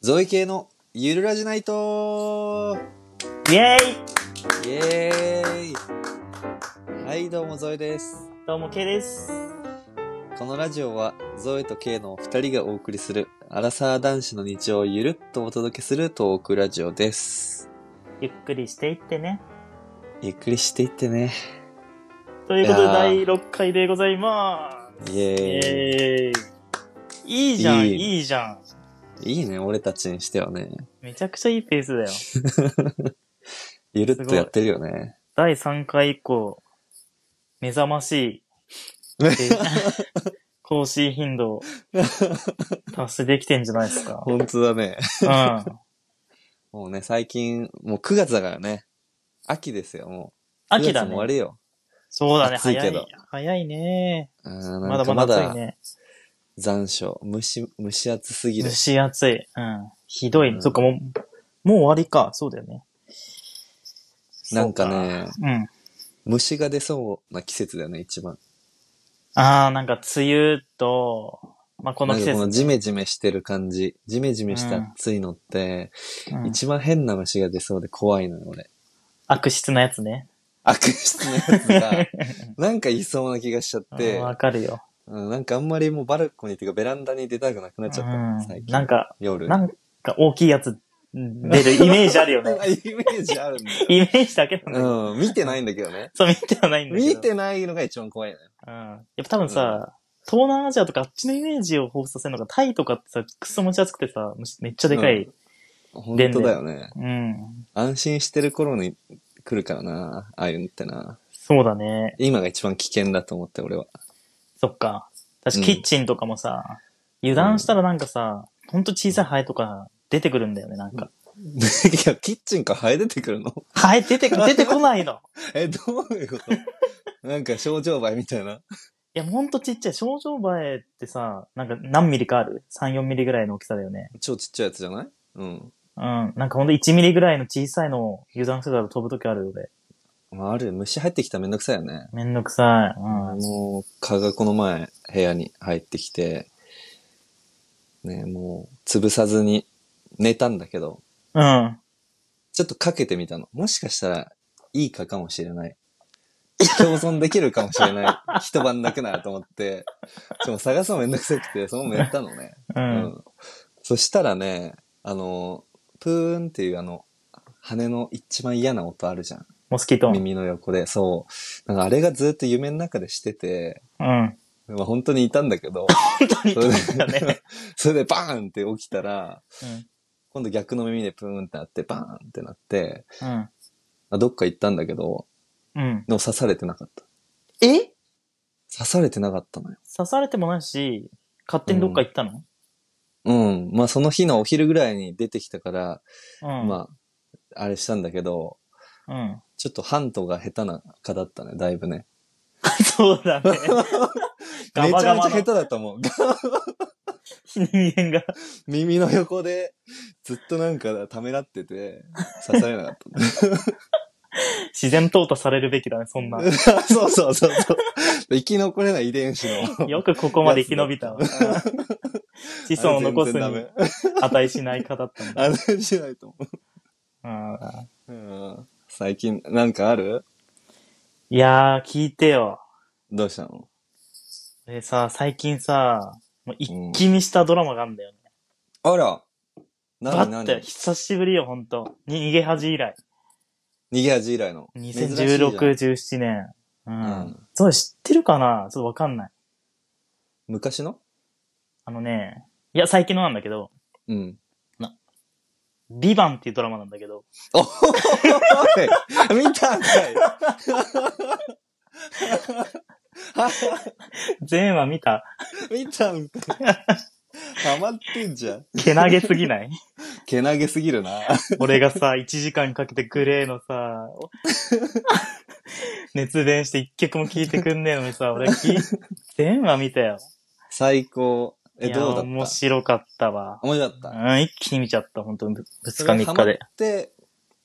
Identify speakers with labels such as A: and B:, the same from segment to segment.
A: ゾイ系のゆるラジナイト
B: イエーイ
A: イエーイはい、どうもゾイです。
B: どうも、K です。
A: このラジオはゾイと K のお二人がお送りするアラサー男子の日常をゆるっとお届けするトークラジオです。
B: ゆっくりしていってね。
A: ゆっくりしていってね。
B: というこ
A: い
B: とで、
A: やー
B: 第6回でございま
A: イエーイ。
B: す。イエーイ。いいじゃん、
A: い
B: い
A: い
B: いじゃん。
A: いいね、俺たちにしてはね。
B: めちゃくちゃいいペースだよ。
A: ゆるっとやってるよね。
B: 第3回以降、目覚まし い、えー更新頻度を達成できてんじゃないです か。
A: 本当だね。
B: うん。
A: もうね、最近、もう9月だからね。秋ですよ、もう。
B: 秋だ
A: 9月も終わ
B: ね。
A: りよ。
B: そうだね、
A: 暑い
B: 早
A: けど
B: い。早いね。
A: うんな
B: ま
A: ん
B: だ
A: かま
B: まだ
A: だ
B: 暑いね。
A: 残暑、蒸し、蒸し暑すぎ
B: 蒸
A: る。
B: し暑い。うん。ひどい、ね
A: うん
B: そっか、もう、もう終わりか。そうだよね。
A: なんかね、
B: そうか。うん。
A: 虫が出そうな季節だよね、一番。
B: ああ、なんか、梅雨と、まあ、この
A: なん
B: 季
A: かこ
B: 節。
A: のジメジメしてる感じ、ジメジメした
B: うん
A: 暑いのって、
B: うん
A: 一番変な虫が出そうで怖いのよ、俺。
B: 悪質なやつね。
A: 悪質なやつ が、なんかいそうな気がしちゃって
B: うん、わかるよ。
A: うん、なんかあんまりもうバルコニーっていうかベランダに出たくなくなっちゃった、
B: う
A: 最
B: ん。
A: 近。
B: なんか、
A: 夜。
B: なんか大きいやつうん出るイメージあるよ ね。
A: イメージあるんだよ。
B: イメージだけどね。
A: うん、見てないんだけどね。
B: そう、見てはないんだけど。
A: 見てないのが一番怖いのよ。
B: うん。やっぱ多分さ、東南アジアとかあっちのイメージを放出させるのが、タイとかってさ、くそ持ちやすくてさ、むしめっちゃでかい。
A: 本当だよね。
B: うん。
A: 安心してる頃に来るからな、ああいうのってな。
B: そうだね。
A: 今が一番危険だと思って、俺は。
B: そっか。
A: う
B: 私、
A: ん
B: キッチンとかもさ、油断したらなんかさ、ほんと小さいハエとか出てくるんだよね、なんか。
A: いや、キッチンから生え出てくるの
B: ハエ出て、出てこないの。
A: え、どういうこと なんか、症状梅みたいな。
B: いや、ほんとちっちゃい。症状バエってさ、なんか何ミリかある ?3、4ミリぐらいの大きさだよね。
A: 超ちっちゃいやつじゃないうん。
B: うん。なんかほんと1ミリぐらいの小さいのを油断してたら飛ぶときあるよ、俺。
A: まあ、ある、虫入ってきたらめんどくさいよね。
B: めんどくさい。
A: あ
B: う
A: の、蚊がこの前、部屋に入ってきて、ね、もう、潰さずに寝たんだけど、
B: ん。うん。
A: ちょっとかけてみたの。もしかしたら、いい蚊かもしれない。共存できるかもしれない。 一晩だけならと思って、ちょっと探すのめんどくさくて、そのままやったのね。
B: う。
A: うんん。そしたらね、あの、プーンっていうあの、羽の一番嫌な音あるじゃん。
B: モスキート。うん。
A: 耳の横で、そう。なんかあれがずっと夢の中でしてて、
B: 本
A: まあ本当にいたんだ けど、
B: 当に
A: それで
B: 飛ぶんだね。
A: それでバーンって起きたら、
B: うん。
A: 今度逆の耳でプーンってなって、バーンってなって、
B: うん。
A: あどっか行ったんだけど、
B: うん。
A: でも刺されてなかった。
B: え
A: 刺されてなかったのよ。
B: 刺されてもないし、勝手にどっか行ったの
A: うん。まあその日のお昼ぐらいに出てきたから、
B: うん。
A: まあ、あれしたんだけど、
B: あ。うん。
A: ちょっとハントが下手な蚊だったね、だいぶね。
B: そうだ ね。ガ
A: めち
B: バ
A: ゃめちゃ下
B: ガバの
A: 手だったもん。
B: 人間が。
A: 耳の横で、ずっとなんかためらってて、刺されなかった。
B: 自然淘汰されるべきだね、 そんな。
A: そうそうそうそう。生き残れない遺伝子の。
B: よくここまで生き延びたわ。 子孫を残す
A: あれ
B: に
A: 全然
B: 値しない方だったんだ。
A: ダメ。あれしないと思
B: うん
A: う。うん最近、なんかある
B: いやー、聞いてよ。
A: どうしたの
B: でさ、最近さ、もう一気見したドラマがあるんだよね。
A: あら。なに
B: だ
A: な
B: っ
A: に
B: て、久しぶりよ、ほんと。に逃げ恥以来。
A: 逃げ味以来の。
B: 2016、
A: 珍しいじ
B: 17年。う。
A: ゃん。うんん。
B: そう、知ってるかなちょっとわかんない。
A: 昔の
B: あのね、いや、最近のなんだけど、
A: うん。
B: ビバンっていうドラマなんだけど、
A: おい見たんかい
B: 全話見た
A: 見たんかいハマってんじゃん。
B: けなげすぎない
A: けなげすぎるな。
B: 俺がさ、1時間かけてグレーの さ、熱弁して一曲も聴いてくんねえのにさ、俺き、全話見たよ。
A: 最高。え、
B: いや
A: どうだった
B: 面
A: 面白
B: 白かったわ。
A: かっ
B: う
A: た。
B: ん、一気に見ちゃった、本当にぶ2
A: そ
B: 日
A: れ
B: 3日で。い
A: ハマって、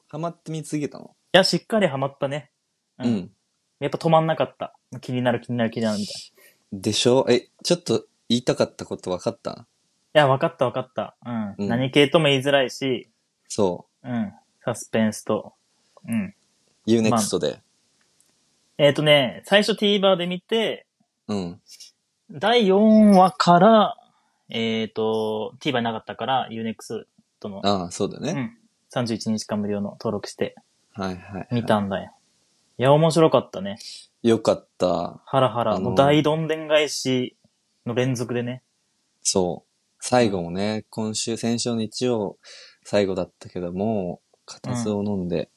A: ハマって見続けたの
B: や、しっかりハマったね。う
A: うんん。
B: やっぱ止まんなかった。気になる気になる気になるみたい
A: でしょえ、ちょっと言いたかったこと分かった
B: や、わかったわかった。うん。
A: うん
B: 何系とも言いづらいし、
A: そ
B: うん。サスペンスと。うん。
A: う。UNEXT で。
B: えっ、とね、最初 TVer で見て、
A: うん。
B: 第4話から、えっ、と、TVer なかったから、UNEX との
A: ああ、そうだ
B: う
A: ね。
B: ん。31日間無料の登録して
A: はいはい。
B: 見。たんだよ。いや、面白かったね。
A: よかった。
B: ハラハラ。
A: あのー
B: もう大どんでん返しの連続でね。
A: そう。最後もね、今週、先週の日曜、最後だったけど、もう、固唾を飲んで、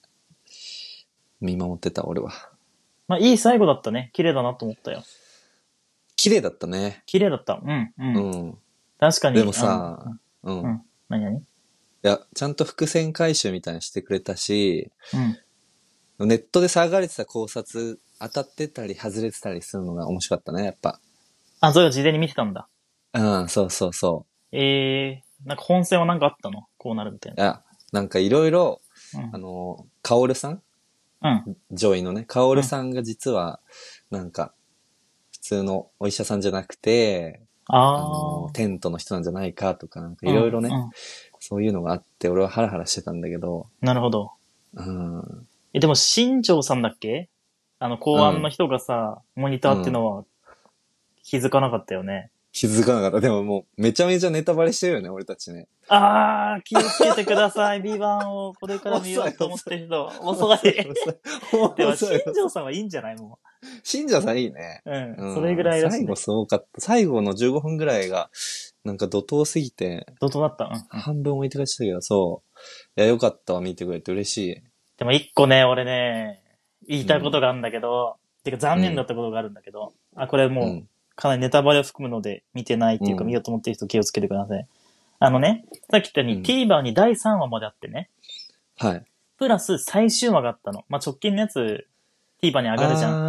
A: 見守ってた、俺は。
B: まあ、いい最後だったね。綺麗だなと思ったよ。
A: 綺麗だったね。
B: 綺麗だった。うん、うん。
A: うん。
B: 確かに。
A: でもさ
B: うん、
A: うん。
B: うん
A: い
B: 何何
A: や、ちゃんと伏線回収みたいにしてくれたし、
B: うん。
A: ネットで騒がれてた考察、当たってたり外れてたりするのが面白かったね、やっぱ。
B: あ、それを事前に見てたんだ。
A: うん、そうそうそ。
B: えー、なんか本戦はなんかあったのこうなるみたいう
A: いや、なんかいろいろ、
B: な。
A: あの、カオルさん
B: うん。うん。
A: 上位のね、カオルさんが実は、なんか、普通のお医者さんじゃなくて、あ
B: あ
A: の
B: ー、。
A: テントの人なんじゃないかとか、なんかいろいろね、
B: うんうん
A: そういうのがあって、俺はハラハラしてたんだけど、
B: なるほど。
A: うん、
B: え、でも、新庄さんだっけあの、公安の人がさ、モニターってのは、気づかなかったよね。
A: 気づかなかった。でももう、めちゃめちゃネタバレしてるよね、俺たちね。
B: あー、気をつけてくだ さい、ビバンをこれから見ようと思ってる人、遅 い。
A: 遅い。
B: でも、
A: 遅
B: 新
A: い
B: 庄さんはいいんじゃないも
A: 信者さんいいね。
B: う。うん。
A: うん
B: それぐらいだし、
A: 最
B: ね
A: 後。すごかった。最後の15分ぐらいが、なんか怒涛すぎて、
B: どとだったうん。
A: 半分置いてかれてたけど、そう。いや、よかったわ、見てくれて嬉しい。
B: でも、一個ね、俺ね、言いたいことがあるんだけど、てか残念だったことがあるんだけど、あ、これもう、
A: ん。
B: かなりネタバレを含むので、見てないっていうか、
A: うん
B: 見ようと思ってる人気をつけてください。あのね、さっき言ったように、
A: うん
B: TVer に第3話まであってね、
A: はい。
B: プラス最終話があったの。まあ、直近のやつ、TVer に上がるじゃん。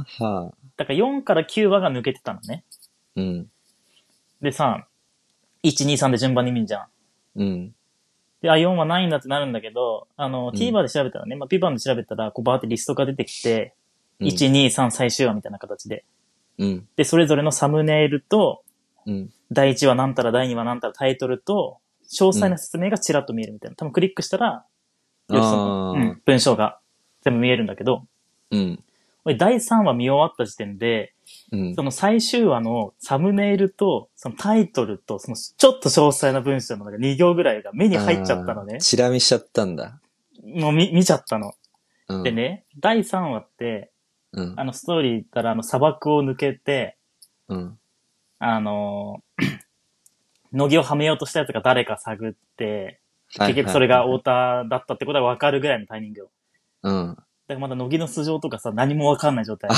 A: ん。あーはあ。
B: だから4から9話が抜けてたのね。
A: うん。
B: でさ、1、2、3で順番に見んじゃん。
A: うん。
B: で、あ、4はないんだってなるんだけど、あの、
A: うん
B: TVer で調べたらね、まあ、PVer で調べたら、こうバーってリストが出てきて、
A: うん
B: 1、2、3最終話みたいな形で。
A: うん。
B: で、それぞれのサムネイルと、
A: うん。
B: 第1話なんたら、第2話なんたら、タイトルと、詳細な説明がちらっと見えるみたいな。多分クリックしたら、よしそ
A: あ
B: のう
A: ー
B: ん、文章が全部見えるんだけど、
A: うん。
B: 俺第3話見終わった時点で、
A: うん
B: そ。の最終話のサムネイルと、そのタイトルと、そのちょっと詳細な文章の2行ぐらいが目に入っちゃったの
A: あ
B: ね
A: ー。チラ見しちゃったんだ。
B: もう見見ちゃったの。
A: うん。
B: でね、第3話って、
A: うん。
B: あのストーリー言ったらあの砂漠を抜けて、
A: うん。
B: あの ー乃木をはめようとしたやつが誰か探って、結局それ
A: は
B: が
A: いはい
B: 太田だったってことがわかるぐらいのタイミングよ。
A: うん。
B: だからまだ乃木の素性とかさ、何もわかんない状態。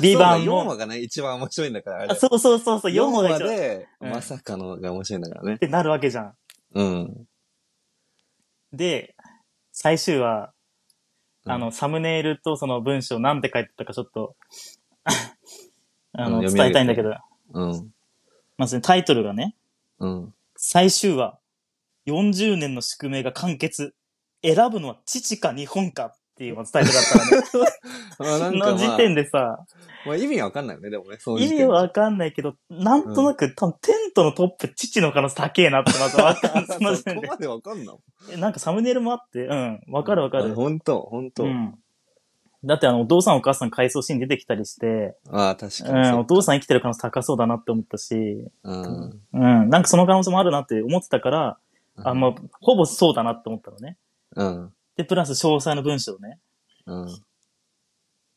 A: ビ
B: ビ
A: ーバ
B: バ
A: ン
B: ンも
A: も。4話がね、一番面白いんだから、あれ
B: あ。そうそうそうそう、4
A: 四
B: 話が
A: 話
B: 一番っ
A: で、
B: うん
A: まさかのが面白いんだからね。
B: てなるわけじゃん。
A: うん。
B: で、最終話、あ
A: う
B: の、
A: ん、
B: サムネイルとその文章なんて書いてたかちょっと、あの、
A: うん読み上げて
B: 伝えたいんだけど、
A: うん。
B: まずね、タイトルがね、
A: うん。
B: 最終話、40年の宿命が完結。選ぶのは父か日本かっていうのが伝えたかったのね。
A: ま あ、なんか、まあ、
B: の時点でさ、
A: まあ、意味わかんないよね、でもね、その
B: 意
A: 時点
B: 味
A: で
B: はわかんないけど、なんとなく、多分テントのトップ父の可能性高えなってまずわかる。その時
A: そ
B: 点
A: こ
B: で
A: までわかんない。
B: えなんかサムネイルもあって、うん、わかるわかる。
A: ほんと、ほんと。
B: うん。だってあの、お父さんお母さん回想シーン出てきたりして、
A: ああ、確か
B: う
A: に。
B: ん、お父
A: ん。
B: さん生きてる可能性高そうだなって思ったし、
A: うん。
B: うん、なんかその可能性もあるなって思ってたから、あ、まあ、ほぼそうだなって思ったのね。
A: うん。
B: で、プラス詳細の文章ね。
A: うん。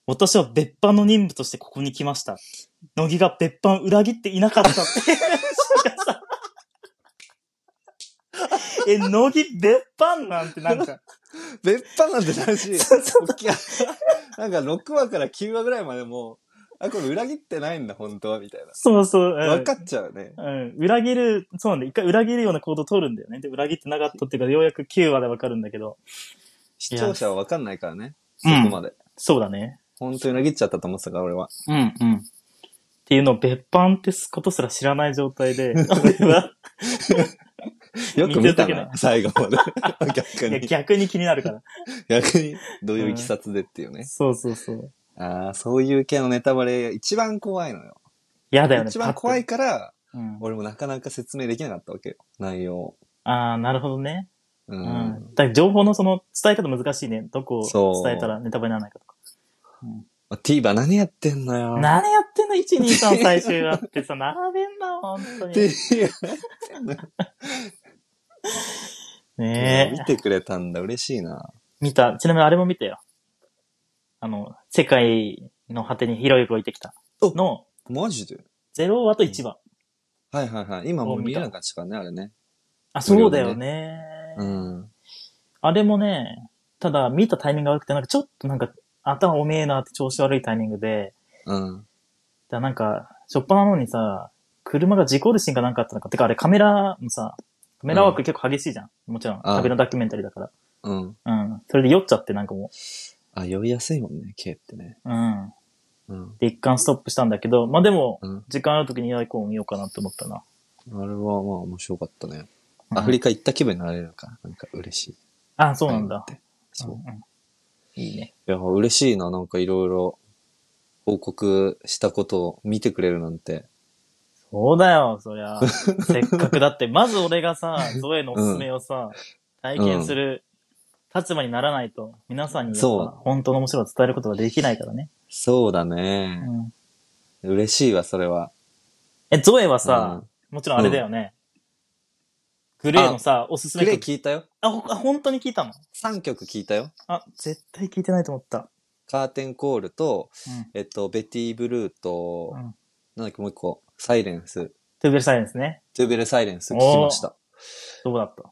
B: 私は別班の任務としてここに来ました。乃木が別班を裏切っていなかっ たっていう文章がさ。え、乃木別班なん てなんか、
A: 別班なんてだし、
B: そうそ
A: おっきいなんか6話から9話ぐらいまでもう、あ、これ裏切ってないんだ、本当は、みたい
B: そうそう。うん
A: な。わかっちゃうね。
B: うん。裏切る、そうなんだ。一回裏切るような行動を取るんだよね。で、裏切ってなかったっていうから、ようやく9話でわかるんだけど。
A: 視聴者はわかんないからね。そ
B: い
A: こ
B: や
A: まで。
B: そうだね。
A: 本当に裏切っちゃったと思ってたから、俺は。
B: うん、うん。っていうのを別班ってことすら知らない状態 で、俺は、
A: よく見た
B: 見てる時
A: な、最後ま で。逆
B: いや
A: に。
B: 逆に気にな るから。
A: 逆に、どういういきさつでっていうね。
B: そうそうそう。
A: ああ、そういう系のネタバレ、一番怖いのよ。
B: 嫌だよね。
A: 一番怖いから、
B: うん、
A: 俺もなかなか説明できなかったわけよ。内容を。
B: ああ、なるほどね。
A: う。
B: うんん。だから情報のその伝え方難しいね。どこ
A: そ
B: を
A: う
B: 伝えたらネタバレにならないかとか。
A: まあ、TVer 何やってんのよ。
B: 何やってんの ?1、2、3最終話ってさ、並べんな、本当に。
A: ?TVer
B: ねえ
A: 見。てくれたんだ。嬉しいな。
B: 見た。ちなみにあれも見たよ。あの、世界の果てに広い子いてきた。
A: お
B: の、
A: マジで
B: 0話と1話。
A: はいはいはい。今もう見れなかったからね、あれね。
B: あ、そうだよ
A: 無
B: ね。
A: うん。
B: あれもね、ただ見たタイミングが悪くて、なんかちょっとなんか頭おめえなって調子悪いタイミングで、
A: うん。
B: だからなんか、しょっぱなのにさ、車が事故るシーンかなんかあったのか。てかあれカメラのさ、カメラワーク結構激しいじゃん。もちろん。
A: ああ
B: 旅のドキュメンタリーだか
A: うん。
B: ら。うん。それで酔っちゃってなんかも
A: あ、酔いやすいもんね、K ってね。
B: う。うん。
A: うん。
B: で、一貫ストップしたんだけど、まあでも、
A: うん。
B: 時間ある時にアイコンを見ようかなって思ったな。
A: あれはまあ面白かったね。
B: うん
A: アフリカ行った気分になれるから、なんか嬉しい。
B: あ、そうなんだ
A: っ。て。そう。
B: うんうんいいね。
A: いや、嬉しいな。なんかいろいろ報告したことを見てくれるなんて。
B: そうだよ、そり ゃ。せっかくだって、まず俺がさ、ゾエのおすすめをさ、体験する立場にならないと、皆さんにやっぱ
A: そう
B: 本当の面白さを伝えることができないからね。
A: そうだ
B: う
A: ね。
B: ん、
A: 嬉しいわ、それは。
B: え、ゾエはさ、もちろんあれだよね。グレーのさ、おすす
A: うん、
B: め
A: グレイ
B: 曲。
A: 聞いたよ。
B: あ、ほあ本当に聞いたの
A: 3曲聞いたよ。
B: あ、絶対聞いてないと思った。
A: カーテンコールと、
B: うん。
A: えっと、ベティ・ブルーと、
B: うん
A: なんだっけ、もう一個、サイレンス、
B: トゥーベルサイレンスね。
A: トゥーベル・サイレンス聞きました。
B: どうだった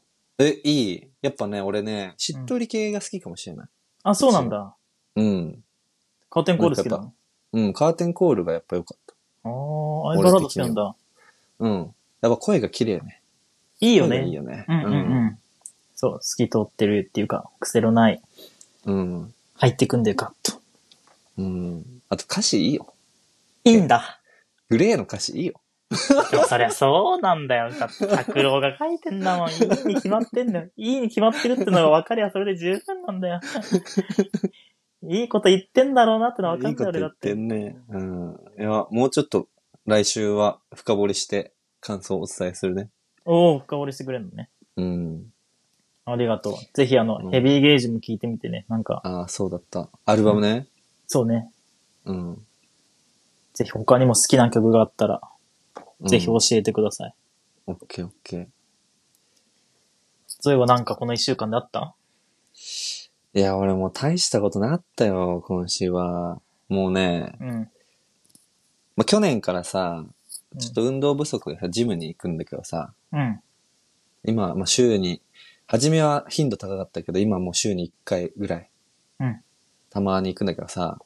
A: え、いいやっぱね、俺ね、しっとり系が好きかもしれない。
B: あ、そうなんだ。
A: うん。
B: カーテンコール好きだな。
A: うん、カーテンコールがやっぱ良かっ
B: ああ、アイバラード好きなんだ。
A: た。うん。やっぱ声が綺麗ね。
B: いい
A: い
B: よね。
A: いいよね。
B: うんうんうん。そう、透き通ってるっていうか、癖のない、
A: うん。うん。
B: 入ってくんでるかと。
A: うん。あと歌詞いいよ。
B: いいんだ。
A: グレーの歌詞いいよ。
B: でもそりゃそうなんだよ。だって、拓郎が書いてんだもん。いいに決まってんだよ。いいに決まってるってのが分かりゃそれで十分なんだよ。いいこと言ってんだろうなってのは分か
A: い
B: ん
A: い
B: な
A: こ
B: い
A: と
B: 俺だ
A: 言
B: っ
A: ってて。んね。うん。いや、もうちょっと来週は深掘りして感想をお伝えするね。
B: おお、深掘りしてくれるのね。
A: うん。
B: ありがとう。ぜひあの、
A: うん
B: ヘビーゲージも聞いてみてね。なんか、
A: ああ、そうだった。アルバムね。
B: そうね。
A: うん。
B: ぜひ他にも好きな曲があったら、
A: うん
B: ぜひ教
A: オッ
B: えてください。
A: ケーオッケー。
B: そういえばなんかこの一週間であった
A: いや、俺もう大したことなかったよ、今週は。もうね、
B: うん。
A: まあ、去年からさ、
B: うん
A: ちょっと運動不足でさ、ジムに行くんだけどさ、
B: うん。
A: 今、まあ、週に、初めは頻度高かったけど、今もう週に1回ぐらい、
B: うん
A: たまに行くんだけどさ、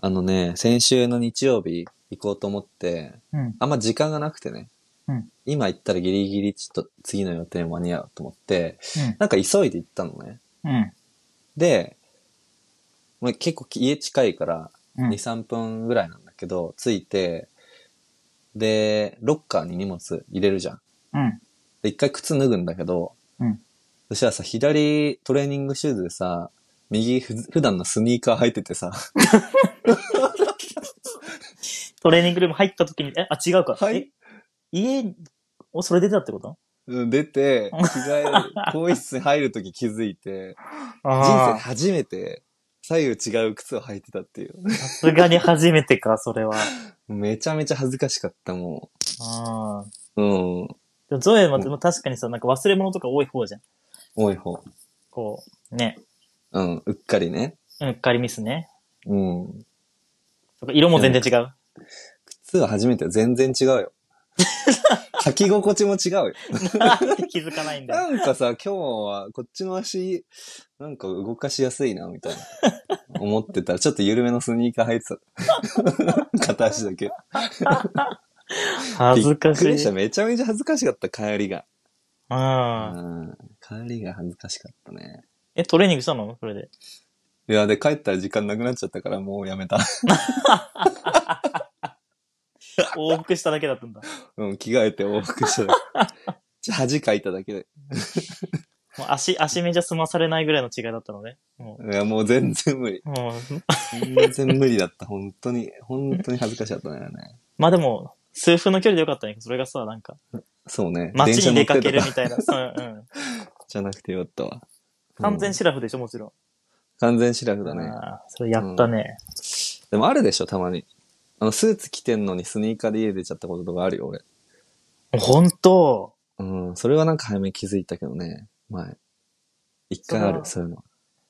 A: あのね、先週の日曜日行こうと思って、
B: うん。
A: あんま時間がなくてね、
B: うん
A: 今行ったらギリギリちょっと次の予定間に合うと思って、なんか急いで行ったのね。
B: うん。
A: で、まあ、結構家近いから
B: う
A: 2、
B: ん。
A: 3分ぐらいなんだけど、着いて、で、ロッカーに荷物入れるじゃん。
B: うん。
A: で、一回靴脱ぐんだけど、
B: うん
A: そしたらさ、左トレーニングシューズでさ、右ふ普段のスニーカー履いててさ、
B: トレーニングルーム入った時に、え、あ、違うか。
A: は
B: え
A: い、
B: 家をそれ出たってこと
A: うん出て、着替 える、更衣室に入るとき気づいて、人生で
B: ああ。
A: 初めて左右違う靴を履いてたっていう。
B: さすがに初めて か、それは。
A: めちゃめちゃ恥ずかしかった、も
B: ああ。
A: う。うん。
B: でもゾエはでも確かにさ、なんか忘れ物とか多い方じゃん。
A: 多い方。
B: こう、ね。
A: うん、うっかりね。
B: うん、うっかりミスね。
A: うん。
B: とか色も全然違う。
A: 靴は初めて全然違う よ。履き心地も違うよ。
B: なん で気づかないんだよ。
A: なんかさ、今日はこっちの足、なんか動かしやすいな、みたいな。思ってたら、ちょっと緩めのスニーカー履いて た。片足だけ。
B: 恥ずか
A: びっ
B: し
A: くり
B: い。
A: しためちゃめちゃ恥ずかしかった、帰りが。う
B: ああ。
A: ん。帰りが恥ずかしかったね。
B: え、トレーニングしたのそれで。
A: いや、で、帰ったら時間なくなっちゃったから、もうやめた。
B: 往復しただけだったんだ。
A: うん、着替えて往復しただけ。ちょ恥かいただけで。
B: もう足、足めじゃ済まされないぐらいの違いだったのね。も
A: いや、もう全然無理。
B: う、もう
A: 全然無理だった。本当に、本当に恥ずかしかったね。
B: まあでも、数分の距離でよかったんやけど、それがさ、なんか、
A: そうね。
B: 街に出かけ
A: 電車乗
B: る
A: って
B: み
A: とか
B: たいな。うんうん。
A: じゃなくてよかったわ。
B: 完
A: う
B: 全
A: ん
B: シラフでしょ、もちろん。
A: 完全シラフだね。
B: ああ、それやったね。
A: でもあるでしょ、たまに。あの、スーツ着てんのにスニーカーで家出ちゃったこととかあるよ、俺。
B: ほんと
A: うん、それはなんか早めに気づいたけどね、前。一回ある、そういうの。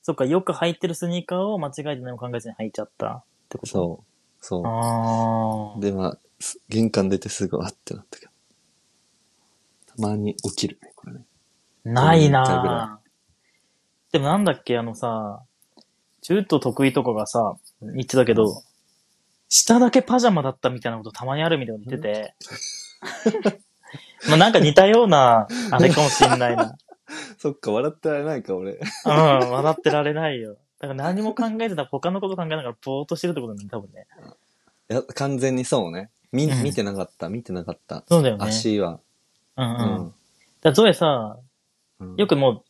B: そっか、よく履いてるスニーカーを間違えて何も考えずに履いちゃったってこと
A: そう。そ
B: ああ
A: う。。で、まあ、す玄関出てすぐ、あってなったけど。たまに起きるね、これね。
B: ない
A: これ見たぐら
B: なぁでもなんだっけ、あのさ、中途得意とかがさ、言ってたけど、下だけパジャマだったみたいなことたまにあるみたいなこと言ってて。 まあなんか似たような、あれかもしんないな。
A: そっか、笑ってられないか、俺。
B: うん、笑ってられないよ。だから何も考えてたら他のこと考えながらぼーっとしてるってことだね、多分ね。
A: いや、完全にそうね。見、
B: うん
A: 見てなかった、見てなかった。
B: そうだよね。
A: 足は。
B: うんう。
A: うん
B: だか。らゾエさ、
A: うん
B: よくもう、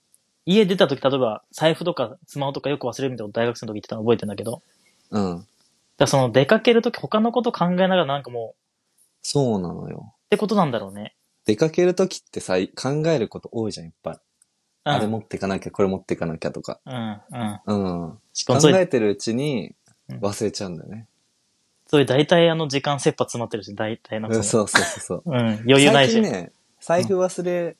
B: 家出た時、例えば財布とかスマホとかよく忘れるみたいなこと大学生の時言ってたの覚えてんだけど、
A: うん。
B: だからその出かけるとき他のこと考えながらなんかもう、
A: そうなのよ。
B: ってことなんだろうね。
A: 出かけるときってさ、考えること多いじゃん、いっぱい。
B: うん、
A: あれ持ってかなきゃ、これ持ってかなきゃとか。
B: うん、う
A: う
B: ん。
A: ん。
B: し
A: 考
B: かもそれ、
A: えてるうちに
B: うん
A: 忘れちゃうんだよね。
B: それ大体あの時間切羽詰まってるし、大体の
A: うん
B: その。
A: そうそうそうそう。
B: うん、 余裕ないし。
A: 最近ね、財布忘れ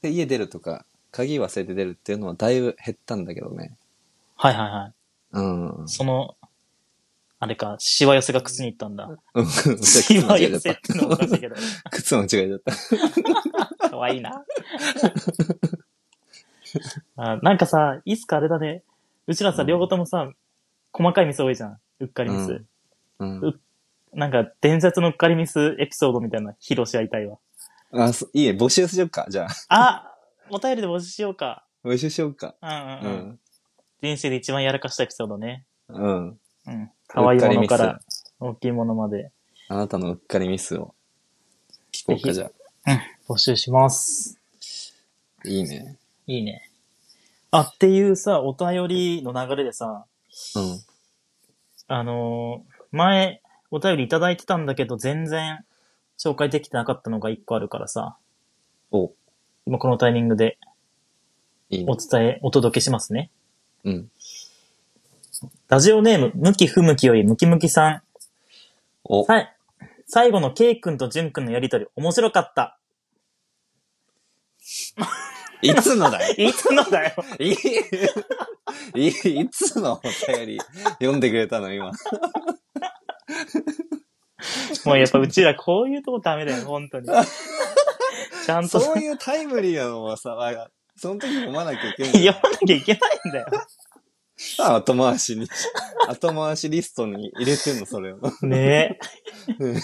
A: て家出るとか、鍵忘れて出るっていうのはだいぶ減ったんだけどね。
B: はいはいはい。
A: うん。
B: その、あれか、しわ寄せが靴に行ったんだ。
A: うん
B: しわ寄せっ
A: 靴
B: てのもお かしいけど。
A: 間違えちゃった。
B: かわいいな。あなんかさ、いつかあれだね。うちらさ、
A: うん
B: 両方ともさ、細かいミス多いじゃん。うっかりミス。
A: うんうん
B: うなんか、伝説のうっかりミスエピソードみたいな、披露し合いたいわ。
A: あ、そいいえ、募集しようか。じゃあ、
B: あお便りで募集しようか。
A: 募集しようか。
B: うんうん
A: う
B: うん。
A: ん。
B: 人生で一番やらかしたエピソードね。
A: うん。
B: うん。可愛いものか
A: うっかり
B: ら大きいものまで
A: あなたのうっかりミスを聞こう
B: ぜ
A: か、
B: ひ
A: じゃあ。
B: 募集します。
A: いいね。
B: いいね。あ、っていうさ、お便りの流れでさ、
A: うん。
B: あのー前、お便りいただいてたんだけど、全然紹介できてなかったのが一個あるからさ、
A: お、
B: 今このタイミングで
A: いいね
B: お。伝え、お届けしますね。
A: うん。
B: ラジオネーム、ムキ不ムキよりムキムキさん。
A: お、
B: はい。最後の K 君とジュン君のやりとり、面白かった。
A: いつのだよ。
B: いつのだよ。
A: いい、いい、いつのお便り読んでくれたの今。
B: もうやっぱうちらこういうとこダメだよ、本当に。ちゃんと
A: そういうタイムリーなのはさ、あその時読まなきゃいけない。
B: 読まなきゃいけないんだよ。
A: あ後回しに。後回しリストに入れてんの、それを。
B: ねえ。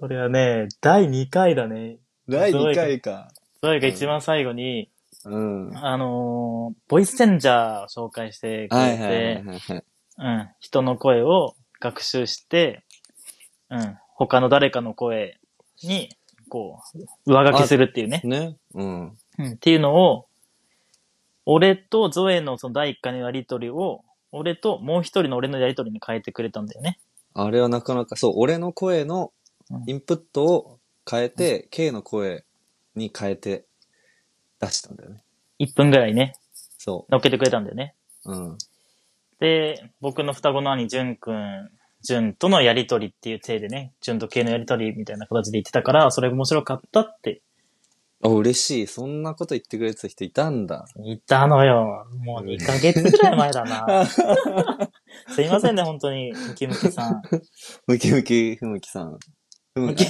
B: これはね、第2回だね。
A: 第2回か。
B: それが一番最後に、
A: うん。は
B: あのーボイスチェンジャーを紹介して
A: い
B: くれ
A: は
B: て、
A: いはいはいはい。
B: うん、人の声を学習して、うん、他の誰かの声に、こう、上書きするっていうね。
A: ね。うん。
B: うんっていうのを、俺とゾエのその第一回のやりとりを、俺ともう一人の俺のやりとりに変えてくれたんだよね。
A: あれはなかなか、そう、俺の声のインプットを変えて、K の声に変えて出したんだよね。
B: 1分ぐらいね、
A: そ
B: 乗っけてくれたんだよね。
A: う。うん。
B: で、僕の双子の兄、ジュンくん、ジュンとのやりとりっていう体でね、ジュンと K のやりとりみたいな形で言ってたから、それが面白かったって
A: あ、嬉しい。そんなこと言ってくれてた人いたんだ。
B: 言ったのよ。もう2ヶ月ぐらい前だ な。すいませんね、本当に、ムキムキさん。
A: ムキムキ、ふむきさん。ふむ
B: ムキ、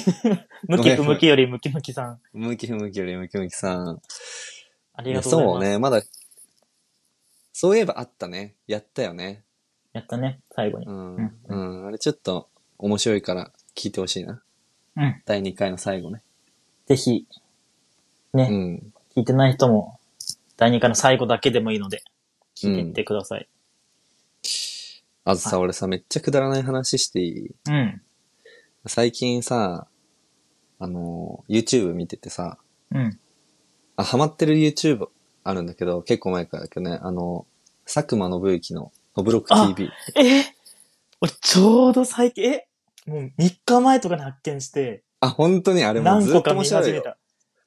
B: ムキ不ムキよりムキムキさん。
A: むきふむきよりムキムキさん。
B: ありがとうございます。
A: そうね、まだ、そういえばあったね。やったよね。
B: やったね、最後に。
A: うん。
B: うん
A: うん。あれちょっと面白いから聞いてほしいな。
B: うん。
A: 第2回の最後ね。
B: ぜひ、ね、
A: うん。
B: 聞いてない人も、第2回の最後だけでもいいので、聞いてみてください。
A: あとさ、俺さ、めっちゃくだらない話していい
B: うん。
A: 最近さ、あの、YouTube 見ててさ、
B: うん。
A: あ、ハマってる YouTube あるんだけど、結構前からだけどね、あの、佐久間信之の、ブロック TV。
B: え俺、ちょうど最近、えもう3日前とかに発見して、
A: あ、本当にあれもう
B: 何
A: ずっ
B: 個か
A: と
B: 見
A: 面白
B: 始
A: い
B: め
A: よ。
B: た。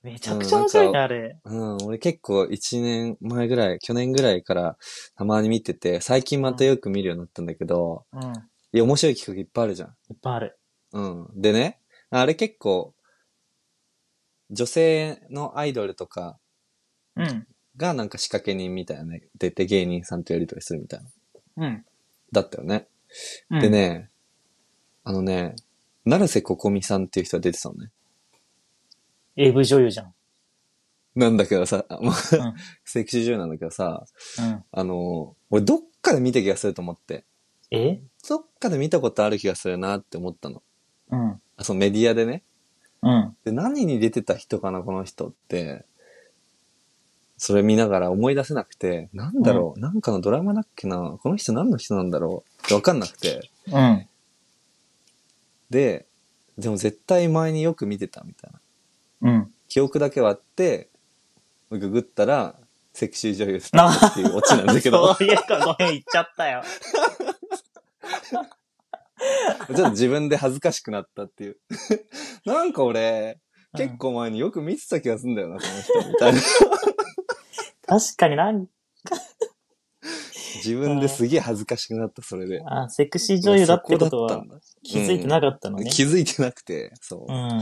B: めちゃくちゃ面白いね、あれ。
A: うん、俺結構1年前ぐらい、去年ぐらいからたまに見てて、最近またよく見るようになったんだけど、
B: うん。
A: いや、面白い企画いっぱいあるじゃん。
B: いっぱいある。
A: うん。でね、あれ結構、女性のアイドルとか
B: うん。
A: がなんか仕掛け人みたいなね、出て芸人さんとやりとりするみたいな。
B: うん。
A: だったよね。
B: うん
A: で。ね、あのね、成瀬ここみさんっていう人が出てたのね。
B: AV 女優じゃん。
A: なんだけどさ、まあ、
B: うん
A: セクシー女優なんだけどさ、
B: うん。
A: あの、俺どっかで見た気がすると思って。
B: え
A: どっかで見たことある気がするなって思ったの。
B: うん。
A: あそのメディアでね。
B: うん。
A: で、何に出てた人かな、この人って。それ見ながら思い出せなくて、なんだろう、なんかのドラマだっけな、この人何の人なんだろうってわかんなくて。
B: うん。
A: で、でも絶対前によく見てたみたいな。
B: うん。
A: 記憶だけはあって、ググったら、セクシー女優だったっていうオチなんだけど、
B: そういえばごめん、言っちゃったよ。
A: ちょっと自分で恥ずかしくなったっていう。 なんか俺、 結構前によく見てた気がするんだよな、この人みたいな。
B: 確かになん
A: 自分ですげえ恥ずかしくなった、それで。
B: あ、セクシー女優だってこと
A: そこだ
B: は
A: ったんだ
B: 気づいてなかったのね。
A: 気づいてなくて、そうう。
B: ん。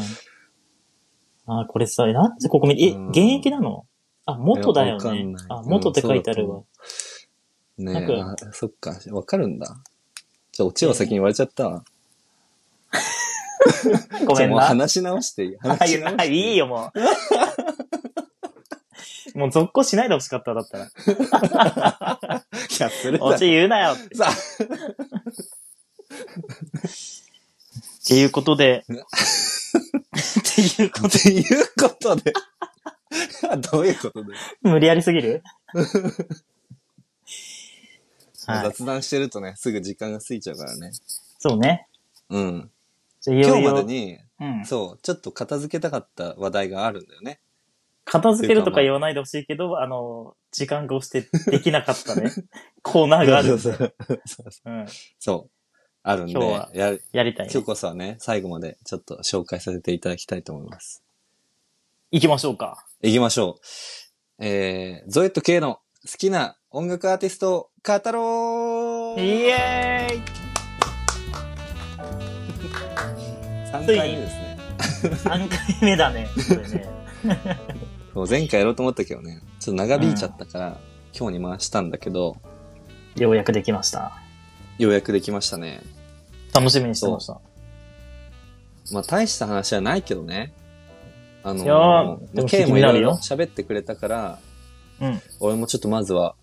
B: あ、これさ、なんでここ見て、え、
A: うん
B: 現役なのあ、元だ
A: いや
B: よ
A: わかん
B: ね
A: ない。
B: あ、元って書いてあるわ。
A: ねえ、
B: な
A: あそっか、わかるんだ。じゃあ、オチを先に言われちゃったわ。
B: ご
A: じゃあ
B: めん
A: もう
B: な。
A: 話し直してい い
B: あ
A: 話
B: い
A: し
B: や
A: 直し
B: あ
A: て
B: いい
A: よ。
B: よ、も う。もう続行しないでほしかった、だったら。
A: いや、それだ
B: オチ
A: ろ。
B: 言うなよって。
A: さあ、
B: っていうこ とで。っていうこと
A: ということで。 どういうことで、
B: 無理やりすぎる はい。
A: 雑談してるとね、すぐ時間が過ぎちゃうからね。
B: そうね。
A: うん。
B: じゃあい
A: 今
B: よい
A: 日まで
B: よ、
A: に、
B: うん、
A: そう、ちょっと片付けたかった話題があるんだよね。
B: 片付けるとか言わないでほしいけど、あの、時間が押してできなかったね。 コーナーがある。
A: そうそうそう
B: うん。
A: そう。あるんで、
B: 今日は
A: やる
B: やりたい、
A: 今日
B: ね。
A: こそはね、最後までちょっと紹介させていただきたいと思います。
B: 行きましょうか。
A: 行きましょう。えー、ゾエット系の好きな音楽アーティストを語ろ
B: イ
A: う
B: エーイ
A: !3 回目ですね。
B: !3 回目だね。こ れね。
A: そう前回やろうと思ったけどね、ちょっと長引いちゃったから、今日に回したんだけど、
B: ようやくできました。
A: ようやくできましたね。
B: 楽しみにしてました。
A: まあ、大した話はないけどね。あの
B: いやーでも
A: K
B: 気
A: も
B: に
A: い
B: な
A: ろ
B: る
A: いろ
B: よ
A: 喋ってくれたから、
B: うん。
A: 俺もちょっとまずは、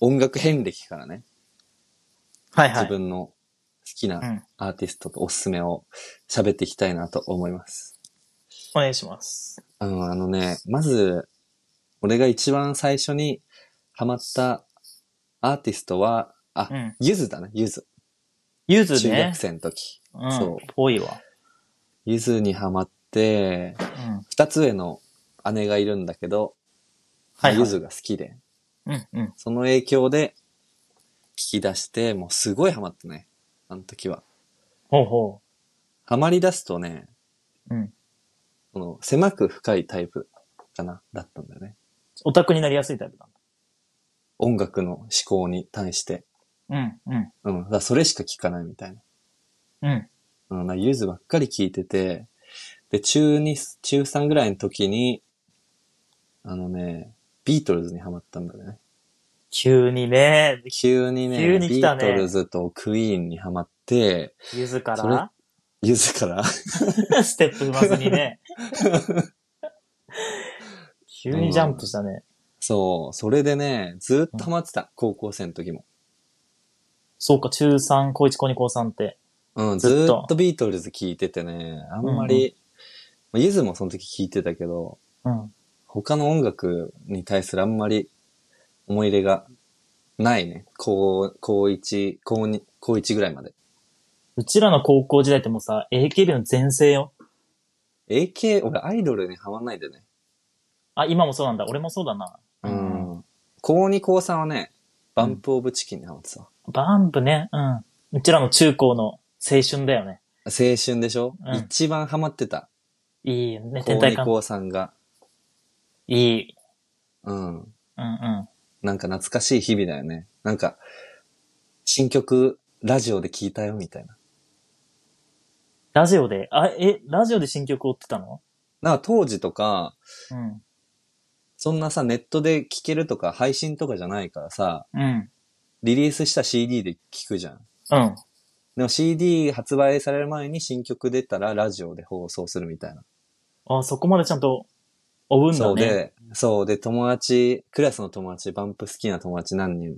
A: 音楽遍歴からね、
B: はいは
A: 自
B: い。
A: 分の好きな
B: うん。
A: アーティストとおすすめを喋っていきたいなと思います。
B: お願いします。
A: あのあのね、まず、俺が一番最初にハマったアーティストは、あ、
B: うん。
A: ゆずだね、ゆず。
B: ゆず
A: 中
B: ね
A: 学。生の時。
B: うん
A: そう。
B: ぽいわ。
A: ゆずにハマって、
B: うん。
A: 二つ上の姉がいるんだけど、
B: はい、
A: ゆ
B: はい。
A: ずが好きで、
B: うん、うん。
A: その影響で聞き出して、もうすごいハマったね。あの時は。
B: ほうほ
A: ハマり出すとね、
B: う。うん。
A: この狭く深いタイプかな、だったんだよね。
B: オタクになりやすいタイプだ。
A: 音楽の思考に対して。
B: うん、うん、
A: うん。だからそれしか聞かないみたいな。
B: うん。
A: うん。なんかゆずばっかり聞いてて、で、中2、中3ぐらいの時に、あのね、ビートルズにハマったんだよね。
B: 急にね、
A: 急にね、
B: 急に
A: ビ
B: 来た
A: ー
B: ね
A: トルズとクイーンにハマって、
B: ゆずか
A: それ
B: ら、
A: ゆずから、
B: ステップ踏まずに ね。急にジャンプしたね。
A: そう、それでね、ずっとハマってた。高校生の時も。
B: そうか、中3、高1、高2、高3って。
A: うん、ず
B: ずっと
A: ーっとビートルズ聞いててね、あんまり、まあゆずもその時聞いてたけど、
B: うん。
A: 他の音楽に対するあんまり思い入れがないね。高、高一、高二、高一ぐらいまで。
B: うちらの高校時代ってもうさ、AKB の全盛よ。
A: AK、俺アイドルにハマんないでね。
B: あ、今もそうなんだ。俺もそうだな。
A: うん。高二、高三はね、バンプオブチキンにハマってたわ。
B: バンプね。うん。うちらの中高の青春だよね。
A: 青春でしょ、
B: うん
A: 一番ハマってた。
B: いいよね、天
A: 高
B: 体
A: 二
B: 観。
A: 高さんが。
B: いい。
A: うん。
B: うんうん。
A: なんか懐かしい日々だよね。なんか、新曲、ラジオで聞いたよ、みたいな。
B: ラジオで、あ、え、ラジオで新曲追ってたの
A: なんか当時とか、
B: うん。
A: そんなさ、ネットで聴けるとか、配信とかじゃないからさ、
B: うん。
A: リリースした CD で聴くじゃん。
B: うん。
A: でも CD 発売される前に新曲出たらラジオで放送するみたいな。
B: あ、そこまでちゃんと追うん
A: そ
B: だ
A: う
B: ね。
A: で、そうで、友達、クラスの友達、バンプ好きな友達何人、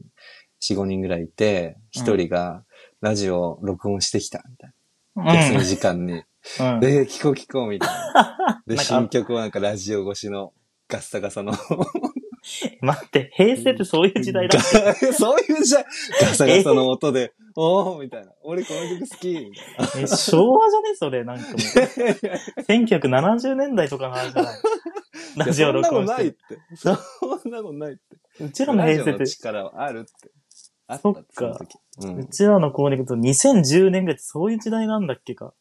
A: 4、5人ぐらいいて、
B: うん
A: 一人がラジオ録音してきた、みたい
B: うん
A: な。休み時間に。
B: うん。
A: で、聞こう聞こう、みたいな。 で、
B: なんか
A: 新曲をなんかラジオ越しのガッサガサの。
B: 待って、平成ってそういう時代 だ。
A: そういうじゃガサガサの音で、おーみたいな。俺この曲好きみたい
B: え、昭和じゃねそれ、なんかも う。
A: な。いやい
B: 1970年代とかの話じゃない
A: や
B: ラジオ録音
A: そんなの
B: し。
A: ないってて。そんなのないって。
B: うちらの平成っ
A: ラ
B: て
A: ジオの、力はあるって。あった
B: そ
A: っ
B: っか
A: てその時う、
B: うんちらの子に行くと2010年ぐらいってそういう時代なんだっけか。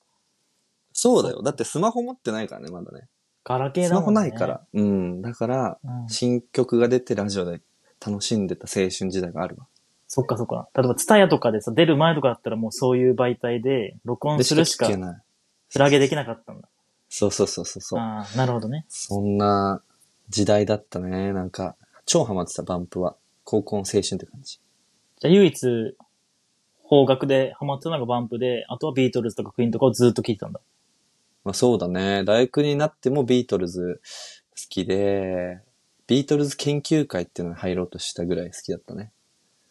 A: そうだよ。だってスマホ持ってないからね、まだね。
B: ガラケー
A: ス
B: だ
A: マ
B: も
A: ホ
B: んね。
A: ないから。うん。だから、
B: うん。
A: 新曲が出てラジオで楽しんでた青春時代があるわ。
B: そっかそっか。例えば、ツタヤとかでさ、出る前とかだったらもうそういう媒体で、録音
A: です
B: るしか
A: 聞、けない。
B: つらげできなかったんだ。
A: そうそうそうそうそう。
B: ああ、なるほどね。
A: そんな時代だったね。なんか、超ハマってた、バンプは。高校の青春って感じ。
B: じゃあ、唯一、方角でハマってたのがバンプで、あとはビートルズとかクイーンとかをずっと聴いてたんだ。
A: まあそうだね。大学になってもビートルズ好きで、ビートルズ研究会っていうのに入ろうとしたぐらい好きだったね。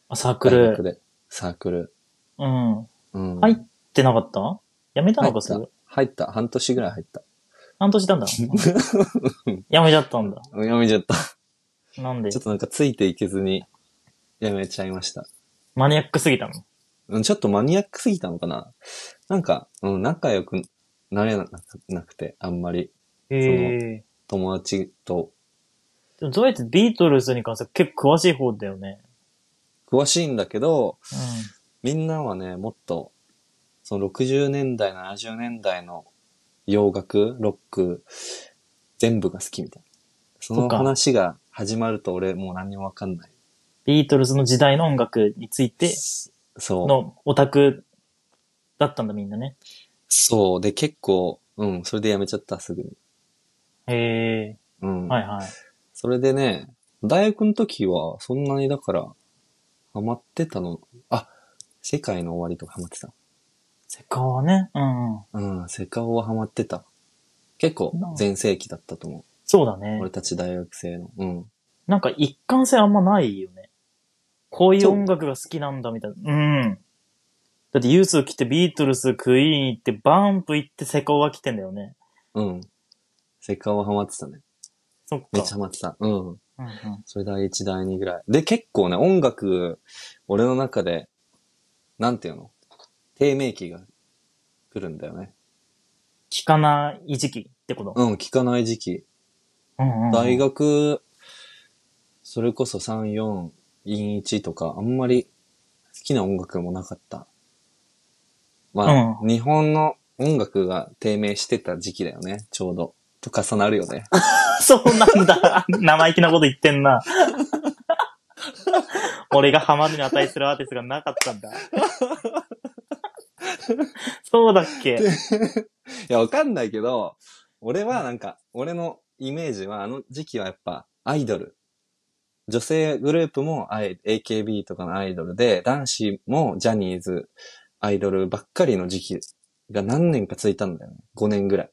B: あ、サーク
A: 大学
B: ル。
A: で。サークル。
B: うん。っ
A: うん。
B: 入てなかったやめたのか、す
A: 入っ
B: ぐ
A: た。。入った。半年ぐらい入った。
B: 半年い たんだ。やめちゃったんだ。
A: やめちゃった。
B: なんで
A: ちょっとなんかついていけずに、やめちゃいました。
B: マニアックすぎたの
A: うんちょっとマニアックすぎたのかななんか、うん、仲良くなれななくて、あんまり。
B: へえ。
A: 友達と。
B: でもどうやってビートルズに関しては結構詳しい方だよね。
A: 詳しいんだけど、みんなはね、もっと、その60年代、70年代の洋楽、ロック、全部が好きみたいな。そ
B: そ
A: の
B: っか
A: 話が始まると俺もう何にもわかんない。
B: ビートルズの時代の音楽について
A: そう。
B: のオタクだったんだみんなね。
A: そう。で、結構、うん、それでやめちゃった、すぐに。
B: へえ。
A: うん。
B: はいはい。
A: それでね、大学の時は、そんなにだから、ハマってたの、あ、世界の終わりとかハマってた。
B: セカオはね。うんうん。
A: うん、セカオはハマってた。結構
B: なあ、
A: 全盛期だったと思
B: そうだ
A: う。
B: ね
A: 俺。たち大学生の。うん。
B: なんか一貫性あんまないよね。こういう音楽が好きなんだみたいな。うん。だってユース来てビートルズ、クイーン行って、バンプ行ってセカオが来てんだよね。
A: うん。セカオはハマってたね。
B: そっか。
A: めっちゃハマってた。うん。
B: うんうん
A: それ第一、第二ぐらい。で、結構ね、音楽、俺の中で、なんていうの低迷期が来るんだよね。
B: 聞かない時期ってこと。
A: うん、聞かない時期。
B: うんうんうん
A: 大学、それこそ3、4、陰1とか、あんまり好きな音楽もなかった。まあ、日本の音楽が低迷してた時期だよね、ちょうど。と重なるよね。
B: そうなんだ。生意気なこと言って んな。俺がハマるに値するアーティストがなかったんだ。そうだっけ
A: いや、わかんないけど、俺はなんか、俺のイメージは、あの時期はやっぱ、アイドル。女性グループもあい AKB とかのアイドルで、男子もジャニーズ、アイドルばっかりの時期が何年か続いたんだよね。5年ぐらい。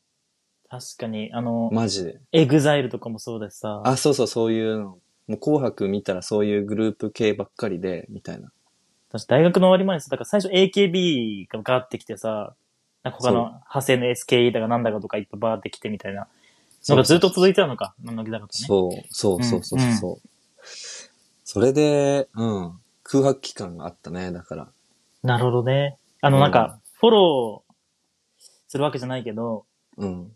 B: 確かに、あの、
A: マジで。
B: エグザイルとかもそうだしさ。
A: あ、そうそう、そういうの。もう紅白見たらそういうグループ系ばっかりで、みたいな。
B: 私大学の終わり前にさ、だから最初 AKB がガーってきてさ、なんか他の
A: そう
B: 派生の SKE だかなんだかとかいっぱいバーってきてみたいな。なんかずっと続いてたのか。なんだかだかとね。
A: そう、そうそうそうそうそう。それで、うん。空白期間があったね、だから。
B: なるほどね。あの、なんか、フォローするわけじゃないけど、
A: うん。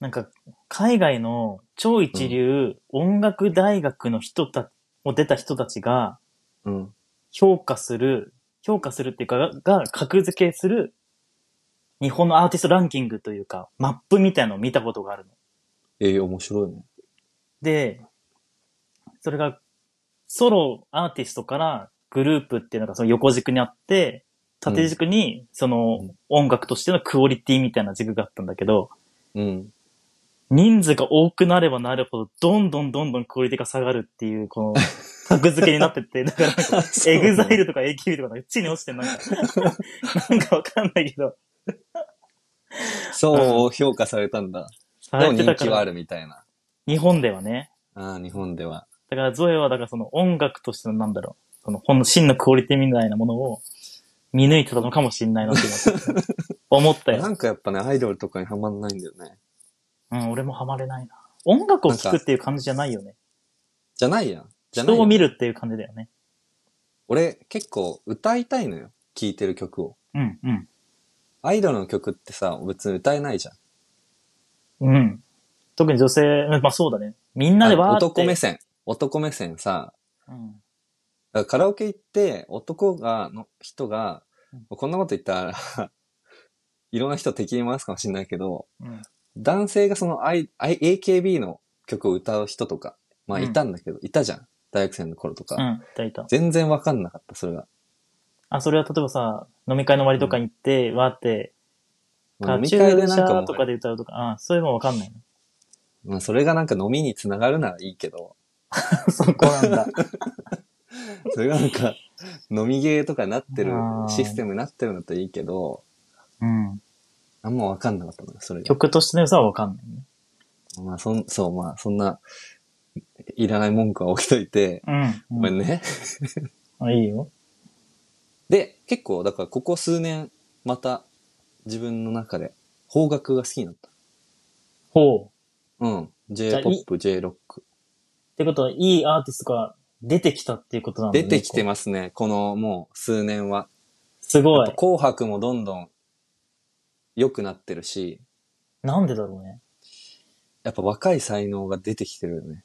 B: なんか、海外の超一流音楽大学の人た、を出た人たちが
A: うん。
B: 評価する、評価するっていうか、が、が格付けする日本のアーティストランキングというか、マップみたいのを見たことがあるの。
A: ええ面白いね。
B: で、それが、ソロアーティストからグループっていうのがその横軸にあって、縦軸にその
A: うん
B: 音楽としてのクオリティみたいな軸があったんだけど、
A: うん。
B: 人数が多くなればなるほど、どんどんどんどんクオリティが下がるっていう、こ の、格付けになってって、だからなんか、エグザイルとか AKB とかなんか地に落ちてんのなんか、なんかわかんないけど、
A: そう評価されたんだ。
B: 下
A: で
B: が
A: も
B: って
A: 人
B: たか
A: 気はあ
B: ら、
A: るみたいな。
B: 日本ではね。
A: ああ、日本では。
B: だからゾエは、だからその音楽としてのなんだろう、その、ほんの真のクオリティみたいなものを見抜いてたのかもしれないなって今思った
A: な
B: よ。
A: んかやっぱね、アイドルとかにはまんないんだよね。
B: うん、俺もハマれないな。音楽を聴くっていう感じじゃないよね。
A: じゃないやん。じゃない
B: 人
A: よ
B: を見るっていう感じだよね。
A: 俺結構歌いたいのよ。聴いてる曲を。
B: うん、うん。
A: アイドルの曲ってさ、別に歌えないじゃん。
B: うん。特に女性、まあそうだね。みんなでわーって。
A: 男目線。男目線さ。
B: うん。
A: だからカラオケ行って、男が、の人が
B: うん、
A: こんなこと言ったら、 いろんな人敵に回すかもしれないけど、
B: うん。
A: 男性がその、I I、AKB の曲を歌う人とか、まあ
B: うん
A: いたんだけど、いたじゃん。大学生の頃とか。
B: うん、いたいた。
A: 全然わかんなかった、それが。
B: あ、それは例えばさ、飲み会の終わりとかに行って、わーって、
A: まあ
B: カ
A: 飲み
B: チュ
A: 会で
B: ー
A: な
B: シ
A: んか
B: ャ
A: も
B: ーとか
A: う、
B: で歌うとか、あ、そういうのわか んない
A: まあそれがなんか飲みにつながるならいいけど、
B: の。そこなんだ。
A: それがなんか、飲みゲーとかなってる
B: あー、
A: システムになってるんだったらいいけど、
B: うん。
A: あんまわかんなかったのよ、それが。
B: 曲としての良さはわかんないね。
A: まあ、そん、そう、まあ、そんな、いらない文句は置いといて、
B: うん。
A: ごめんね。
B: あ、いいよ。
A: で、結構、だから、ここ数年、また、自分の中で、邦楽が好きになった。
B: ほう。
A: うん。
B: ゃあい
A: J-POP、J-ROCK。
B: ってことは、いいアーティストが出てきたっていうことなんだ
A: 出
B: ね。
A: てきて
B: こ
A: ますね、この、もう、数年は。
B: うす
A: や
B: ご
A: っ
B: い
A: ぱ。紅白もどんどん、良くなってるし、
B: なんでだろうね。
A: やっぱ若い才能が出てきてるよね。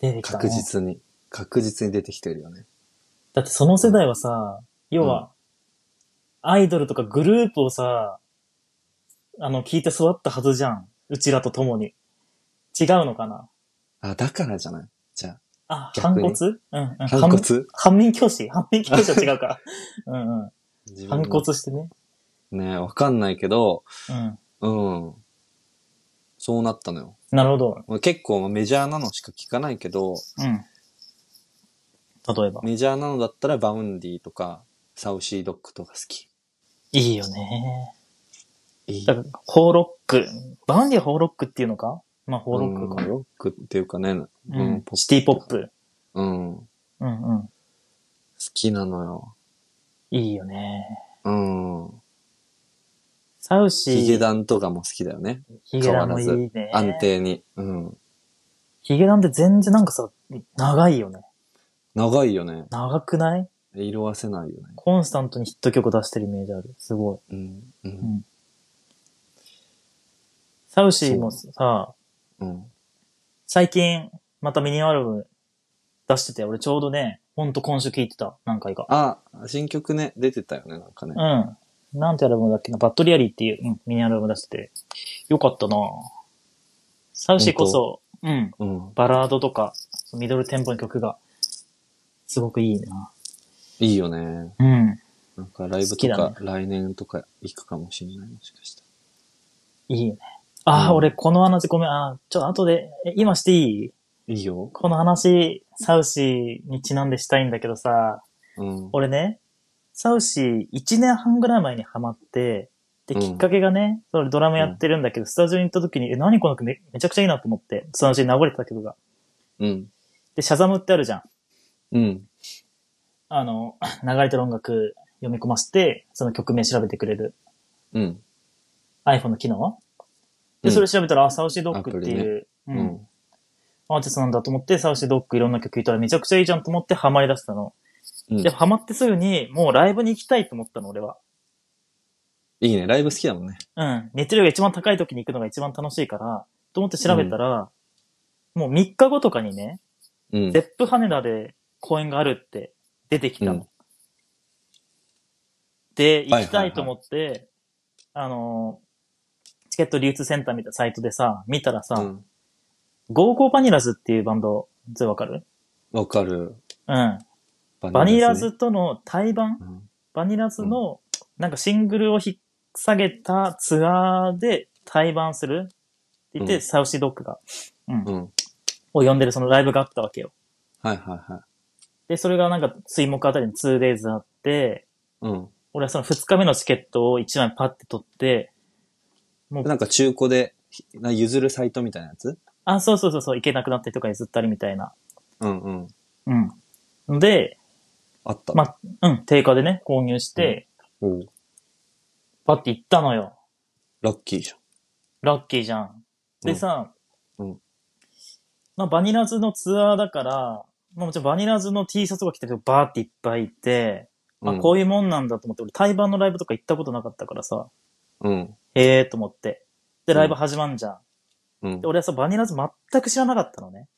B: 出てきた、ね。
A: 確。実に。確実に出てきてるよね。
B: だってその世代はさ、要は、アイドルとかグループをさ、あの、聞いて育ったはずじゃん。うちらと共に。違うのかな
A: あ、だからじゃないじゃ
B: あ、反
A: 逆
B: 骨
A: に
B: うんうん。
A: あ、反骨
B: 反面教師反面教師は違うか。 うんうん。
A: 自分
B: 反
A: の
B: 骨してね。
A: ね、わかんないけど、
B: うん。
A: うん。そうなったのよ。
B: なるほど。
A: まあ結構メジャーなのしか聞かないけど、
B: うん。例えば。
A: メジャーなのだったらバウンディとか、サウシードッグとか好き。
B: いいよね。
A: いい
B: だから、ホーロック。バウンディはホーロックっていうのかまあ、ホーロックか
A: うん。ロックっていうかね、う
B: うんん
A: ポッ。プ
B: シティポップ。
A: ん。好
B: うんうん。
A: きなのよ。
B: いいよね。
A: うん。
B: サウシー。
A: ヒゲ。ダンとかも好きだよね。
B: ヒゲダ
A: 変わ
B: ンも
A: ら
B: い
A: ず
B: いね。
A: 安定に。うん。
B: ヒゲダンって全然なんかさ、長いよね。
A: 長いよね。
B: 長くない
A: 色あせないよね。
B: コンスタントにヒット曲出してるイメージある。すご
A: う
B: い。
A: ん。う
B: うん
A: ん。
B: サウシーもさ、
A: うん。
B: 最近、またミニアルバム出してて、俺ちょうどね、ほんと今週聴いてた、何回か。
A: あ、新曲ね、出てたよね、なんかね。
B: うん。なんてアルバムだっけな、バッドリアリーっていう、うん、ミニアルバム出してて。よかったなぁサウシーこそ、うん、
A: うん。
B: バラードとか、ミドルテンポの曲が、すごくいいな。
A: いいよね。
B: うん。
A: なんかライブ
B: 好
A: と
B: きだ
A: か、
B: ね
A: 来年とか行くかもしれない、もしかした
B: いいよね。ああ、
A: うん
B: 俺この話ごめん、あーちょっと後で、え今していい
A: ら。いいよ。
B: この話、サウシーにちなんでしたいんだけどさ、
A: うん。
B: 俺ね、サウシー1年半ぐらい前にハマって、で、
A: うん
B: きっかけがね、それドラムやってるんだけど、スタジオに行った時に、え、何この曲めめちゃくちゃいいなと思って、そのうちに流れてた曲が。
A: うん。
B: で、シャザムってあるじゃん。
A: うん。
B: あの、 流れてる音楽読み込ませて、その曲名調べてくれる
A: うん。
B: iPhone の機能で、
A: うん
B: それ調べたら、あ、サウシードッグって
A: アプ
B: いう、
A: う
B: うん
A: ん。
B: アーティストなんだと思って、サウシードッグいろんな曲聴いたらめちゃくちゃいいじゃんと思ってハマり出したの。
A: うん
B: で、ハマってすぐに、もうライブに行きたいと思ったの、俺は。
A: いいね。ライブ好きだもんね。
B: うん。熱量が一番高い時に行くのが一番楽しいから、と思って調べたら、もう3日後とかにね、
A: うん
B: ゼ。ップ羽田で公演があるって出てきたの。
A: うん
B: で、
A: はい
B: 行きたいと思って、あのー、チケット流通センターみたいなサイトでさ、見たらさ、
A: うん。
B: ゴーゴーバニラズっていうバンド、それわかる
A: わかる。
B: うん。
A: バ
B: バニ
A: ね
B: ラズとの対バン
A: うん
B: バニラズの、なんかシングルを引っ提げたツアーで対バンするって言って、
A: うん
B: サウシドッグが、うん、
A: うん。
B: を呼んでるそのライブがあったわけよ。
A: はいはいはい。
B: で、それがなんか水木あたりに 2days あって、
A: うん。
B: 俺はその2日目のチケットを1枚パッて取って、
A: なんか中古で、ひな譲るサイトみたいなやつ
B: あ、そうそうそうそう、行けなくなったりとか譲ったりみたいな。
A: うんうん。
B: うん。で、
A: あった。
B: まあ、うん、定価でね、購入して、
A: おう
B: パッて行ったのよ。
A: ラッキーじ
B: ラッキーじゃん。でさ、
A: うんうん
B: まあ、バニラズのツアーだから、まあ、もちろんバニラズの T シャツが着てる人バーっていっぱいいて、
A: ゃん。
B: あ、こ
A: いう
B: いうもんなんだと思って、俺、対バンのライブとか行ったことなかったからさ、
A: うん。うん。
B: へえーと思って。
A: う
B: で、
A: ん
B: ライブ始まんじゃん。
A: うん
B: で、。俺はさ、バニラズ全く知らなかったのね。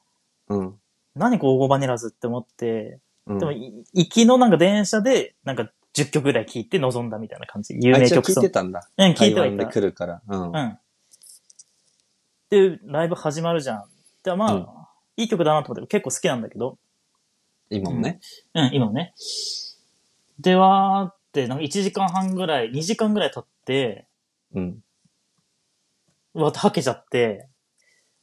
A: うん。
B: 何ゴーゴーバニラズって思って、
A: うん
B: でも、い行きのなんか電車で、なんか10曲ぐらい聴いて臨んだみたいな感じ。有
A: あ
B: 名
A: 一応
B: 曲
A: 聞い
B: ソン
A: て
B: グ。
A: たんだ。
B: うん、聞い
A: 台
B: ては
A: 湾
B: い
A: で
B: た。
A: 来るから。うん。
B: うん。で、ライブ始まるじゃん。で、まあ、
A: うん
B: いい曲だなと思って、結構好きなんだけど、
A: 今もね。
B: うん、今もね。では、わーって、なんか1時間半ぐらい、2時間ぐらい経って、
A: うん。
B: うわ、はけちゃって、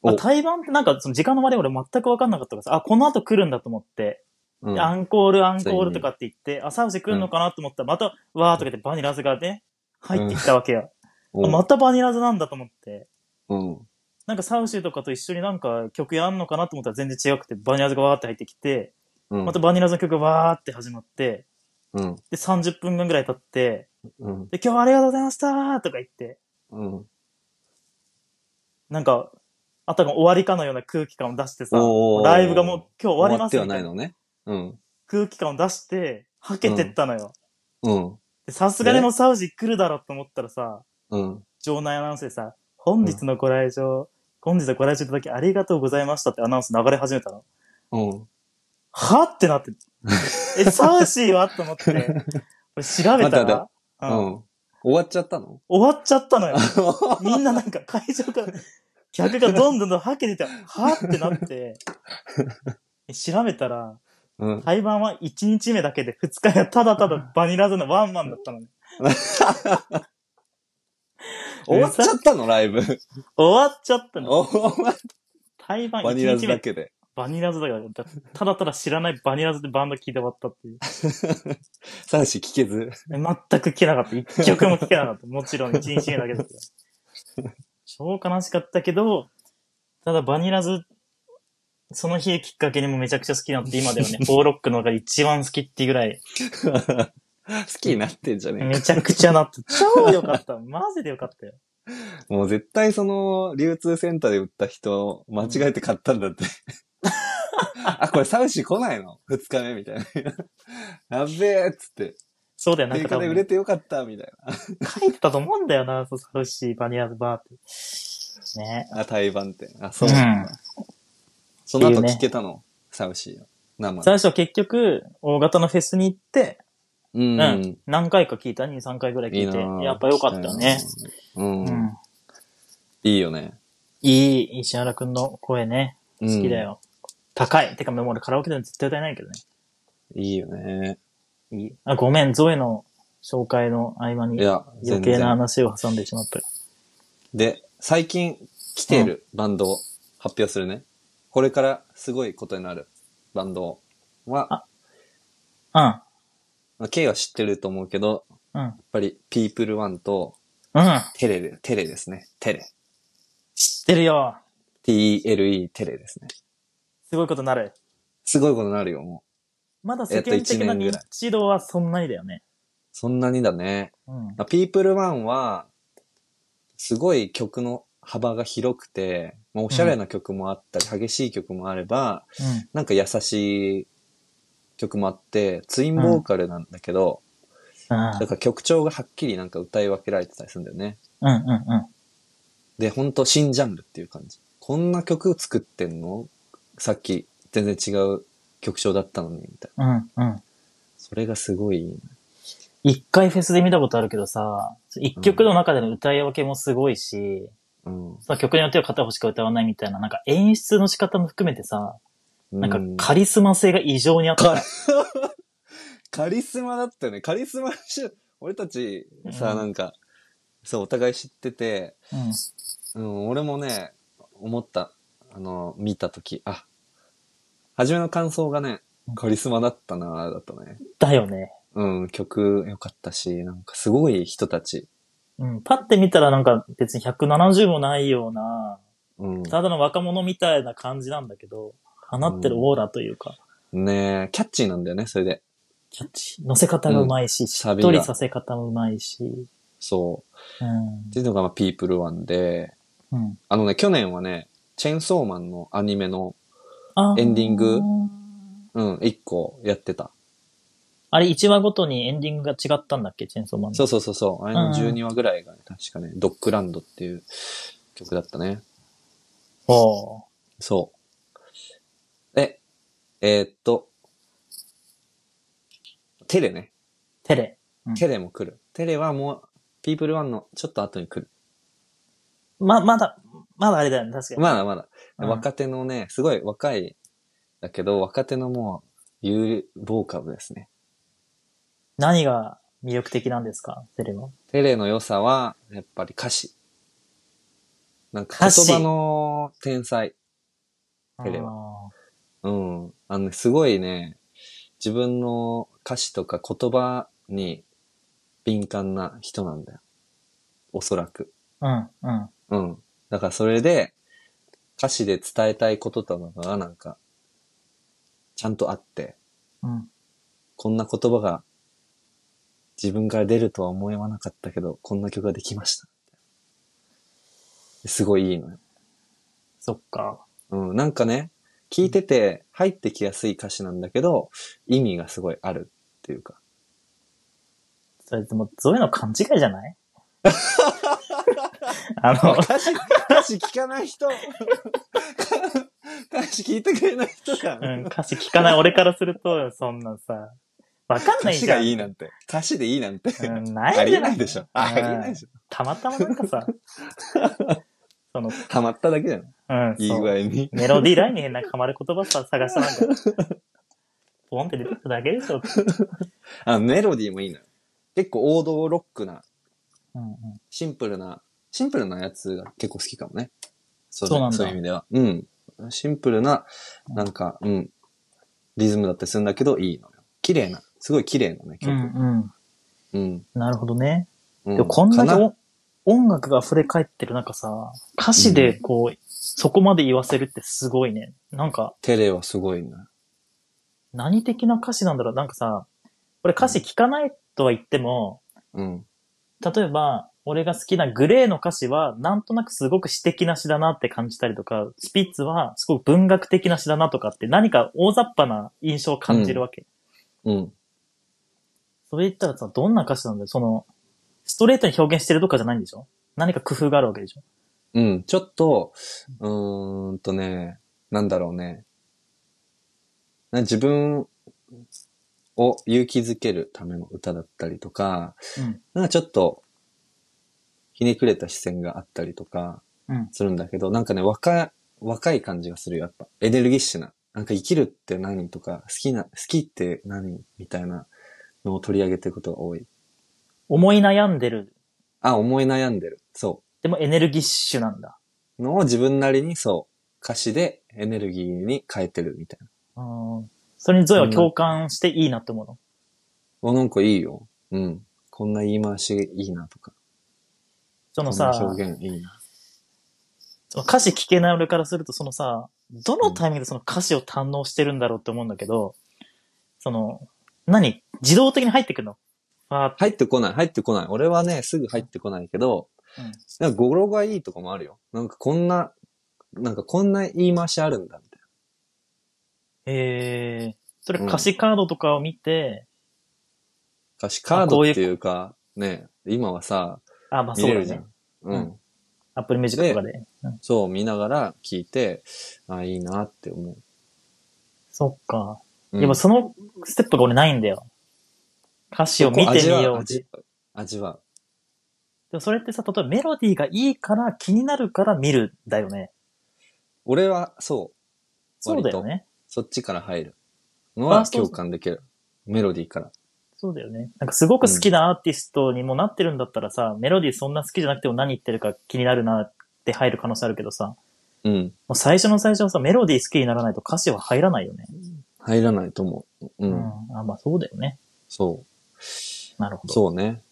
A: お
B: まあ、対バンってなんかその時間の割り俺全く分かんなかったからさ、あ、この後来るんだと思って、
A: うん。
B: アンコールアンコールとかって言って、あ、サウジ来るのかなと思ったら、また、わーっとか言ってバニラズがね、入ってきたわけよ。あ
A: お
B: またバニラズなんだと思って。
A: うん。
B: なんかサウシーとかと一緒になんか曲やんのかなと思ったら全然違くて、バニラズがわーって入ってきて、
A: うん。
B: またバニラズの曲がわーって始まって、
A: うん。
B: で30分間ぐらい経って、
A: うん。
B: で今日はありがとうございましたーとか言って、
A: うん。
B: なんか、あたかも終わりかのような空気感を出してさ、
A: おー
B: ライブがもう今日終わり
A: 終わ
B: ま
A: っ
B: す
A: て
B: み
A: は
B: た
A: ない
B: いな
A: のね。うん。
B: 空気感を出して、はけてったのよ。
A: うん。
B: でさすがにもうサウジ来るだろうと思ったらさ、
A: うん。
B: 場内アナウンスでさ、本日のご来場、本日のご来場いただきありがとうございましたってアナウンス流れ始めたの。
A: うん。
B: はってなって。え、サウシーはと思って。俺調べた
A: 待って待
B: ら、
A: う
B: うん
A: ん。終わっちゃった の
B: 終わっちゃったのよ。みんななんか会場から、客がどんどんどんはけてて、はってなって。え調べたら、
A: うん。
B: 台湾は1日目だけで2日がただただバニラズのワンマンだったのね。
A: 終わっちゃったのラ イブ。
B: 終わっちゃったの。
A: 終わっ
B: 台湾
A: バニラ
B: 1
A: ズ
B: 日
A: だ
B: 目
A: けで。
B: バニラズだから、ただただ知らないバニラズでバンド聴いて終わったっていう。
A: サーシ聞けず。
B: 全く聞けなかった。一曲も聞けなかった。もちろん一日目だけだった。超悲しかったけど、ただバニラズ、その日きっかけにもめちゃくちゃ好きになって、今では ね、フォーロックの中で一番好きっていうぐらい、
A: 好きになってんじゃね
B: めちゃくちゃなって、超良かった。マジで良かったよ。
A: えか。もう絶対その、流通センターで売った人、間違えて買ったん だって。あ、これサウシ来ないの二日目みたいな。やっべえっつって。
B: そうだよ、なん
A: 定
B: か
A: 価
B: 多
A: で
B: 分、
A: 売れてよかったみたい
B: 書いてたと思うんだよな、そう、サウシー、バニラズバーって。ね。
A: な。あ、台湾って。あ、そうなんだ。その
B: ってい
A: 後
B: うね
A: 聞けたの、サウシーの。生で
B: 最。初は結局、大型のフェスに行って、
A: う
B: うんん、何回か聞いた、2、3回ぐらい聞いて、
A: ぁ
B: やっぱ良かったよね。。
A: うん。
B: うん。
A: いいよね。
B: いい、石原くんの声ね。
A: 好
B: 好きだ。よ。高い。てか、もう俺カラオケでも絶対歌えないけどね。
A: いいよね。
B: いい。あ、ごめん、ゾエの紹介の合間
A: い
B: に
A: や、
B: 余
A: 全
B: 計な
A: 然。
B: 話を挟んでしまった。
A: で、最近来てるバンドを発表するね。これからすごいことになるバンドは、まあ K は知ってると思うけど、や
B: うん。うん。
A: っぱり People One と
B: うん。
A: テレで、テレですね。テレ。
B: 知ってるよ。
A: TLE テレですね。
B: すごいことなる。
A: すごいことになるよ、もう。
B: まだ世間的な
A: えっと一年ぐ
B: 認
A: らい
B: 知度はそんなにだよね。
A: そんなにだね。
B: うん。
A: まあ People One は、すごい曲の幅が広くて、まあおしゃれな曲もあったり、激しい曲もあれば、なんか優しい曲もあって、ツインボーカルなんだけど、だから曲調がはっきりなんか歌い分けられてたりするんだよね。
B: うん。うん。うん。うん。
A: で、ほんと新ジャンルっていう感じ。こんな曲作ってんのさっき全然違う曲調だったのに、みたいな。
B: うん。うん。
A: それがすごいいいね。
B: 一回フェスで見たことあるけどさ、一曲の中での歌い分けもすごいし、
A: うん。
B: その曲によっては片方しか歌わないみたいな、なんか演出の仕方も含めてさ、な
A: うん
B: かカリスマ性が異常にあった。
A: かカリスマだったよね。カリスマ集、 俺たちさ、
B: うん
A: なんか、そう、お互い知ってて、
B: うん
A: うん、俺もね、思った。あの、見たとき、あ、初めの感想がね、カリスマだったな、だったね。
B: だよね。
A: うん、曲良かったし、なんかすごい人たち。
B: うん。パッて見たらなんか別に170もないような、
A: うん。
B: ただの若者みたいな感じなんだけど、放ってるオーラというか、
A: ねえ、キャッチーなんだよね、それで。
B: キャッチ。乗せ方がうまいし、し
A: サ
B: っ
A: ビが
B: とりさせ方もうまいし、
A: そう。
B: うん
A: っていうのが、まあ、ピープルワンで、
B: うん。
A: あのね、去年はね、チェーンソーマンのアニメの、
B: あー
A: エンディングうん、一個やってた。
B: あれ1話ごとにエンディングが違ったんだっけチェーンソーマンの
A: そうそうそうそう、あれの
B: うん
A: 12話ぐらいがね、確かね、ドッグランドっていう曲だったね。
B: おー
A: そう。え、えーっと、テレね。
B: テレ。
A: テレも来る。テレはもう、ピープルワンのちょっと後に来る。
B: ま、まだ、まだあれだよね、確かに。
A: まだまだ。
B: うん
A: 若手のね、すごい若い、だけど、若手のもう、有望株ですね。
B: 何が魅力的なんですかテレの。
A: テレの良さは、やっぱり歌詞。なんか
B: 歌詞
A: 言葉の天才。テレは
B: は。
A: うん。あのね、すごいね、自分の歌詞とか言葉に敏感な人なんだよ。おそらく。
B: うん、うん。
A: うん。だからそれで、歌詞で伝えたいこととかがなんか、ちゃんとあって、
B: うん。
A: こんな言葉が自分から出るとは思えはなかったけど、こんな曲ができました。すごいいいのよ。
B: そっか。
A: うん、なんかね、聞いてて入ってきやすい歌詞なんだけど、意味がすごいあるっていうか。
B: それでも、そういうの勘違いじゃない あの、
A: 歌詞、歌詞聞かない人。 歌詞聞いてくれない人か。
B: うん、歌詞聞かない俺からすると、そんなさ、わかんな
A: 歌
B: い
A: 詞
B: じゃ
A: が
B: ん。
A: いいなんて。歌詞でいいなんて。
B: うん、ないじゃ
A: ありえないでしょ。ありえ
B: うん
A: ないでしょ。
B: たまたまなん かさ、その、
A: ハマっただけじゃん。
B: うん、
A: いい
B: そう
A: 具合に。
B: メロディーラインになんかハマる言葉さ探したなんか、ポンって出てただけでしょ。
A: あ、メロディーもいいのよ。結構王道ロックな、
B: うんうん、
A: シンプルな、シンプルなやつが結構好きかもね。そう
B: そうなんだ
A: そういう意味では。うん。シンプルな、なんか、うん。リズムだったりするんだけど、いいのよ。綺麗な。すごい綺麗なね、
B: う
A: 曲。
B: んうん。
A: うん。
B: なるほどね。
A: う
B: でもこんだけ
A: かな
B: お音楽が溢れ返ってる中さ、歌詞でこう、そこまで言わせるってすごいね。なんか、
A: テレはすごいな。
B: 何的な歌詞なんだろうなんかさ、俺歌詞聞かないとは言っても、
A: うん。
B: 例えば、俺が好きなグレーの歌詞は、なんとなくすごく詩的な詩だなって感じたりとか、スピッツはすごく文学的な詩だなとかって、何か大雑把な印象を感じるわけ。
A: うん。
B: それ言ったらさ、どんな歌詞なんだよその、ストレートに表現してるとかじゃないんでしょ何か工夫があるわけでしょ
A: うん。ちょっと、うーんとね、なんだろうね。な自分を勇気づけるための歌だったりとか、
B: うん
A: なんかちょっと、ひねくれた視線があったりとか
B: うん、
A: するんだけど、なんかね、若、若い感じがするよ、やっぱ。エネルギッシュな。なんか生きるって何とか、好きな、好きって何みたいなのを取り上げてることが多い。
B: 思い悩んでる。
A: あ、思い悩んでる。そう。
B: でもエネルギッシュなんだ。
A: のを自分なりにそう、歌詞でエネルギーに変えてるみたいな。
B: うん。それにゾエは共感していいなって思うの。
A: お、なんかいいよ。うん。こんな言い回しいいなとか。
B: そ
A: こ
B: の
A: んな
B: さ、
A: 表現いいな。
B: その歌詞聞けない俺からすると、そのさ、どのタイミングでその歌詞を堪能してるんだろうって思うんだけど、その、何自動的に入ってくるのあ
A: 入ってこない、入ってこない。俺はね、すぐ入ってこないけど、
B: うん
A: なんか語呂がいいとかもあるよ。なんかこんな、なんかこんな言い回しあるんだ、みたい
B: えー、それ歌詞カードとかを見て、
A: な。歌詞カードっていうか、ね、今はさ、
B: あ、まあ
A: 見
B: そう
A: れ
B: だ
A: るじゃん。
B: ね。
A: う
B: うん
A: ん。
B: アップルミュージックとかで。うん
A: そう、見ながら聞いて、あ、いいなって思う。
B: そっか。
A: うん
B: でもそのステップが俺ないんだよ。歌詞を見てみよう。で
A: 味わ味わう。
B: もそれってさ、例えばメロディーがいいから気になるから見るんだよね。
A: 俺は、そう。
B: そうだよね。
A: そっちから入るの
B: あ
A: は
B: そうそう
A: 共感できる。メロディーから。
B: そうだよね。なんかすごく好きなアーティストにもなってるんだったらさ、メロディーそんな好きじゃなくても何言ってるか気になるなって入る可能性あるけどさ、も
A: うん。
B: う最初の最初はさ、メロディー好きにならないと歌詞は入らないよね。
A: 入らないと思う。う。
B: うんん。あ、まあそうだよね。
A: そ
B: なるほ
A: う。
B: ど。
A: そうね。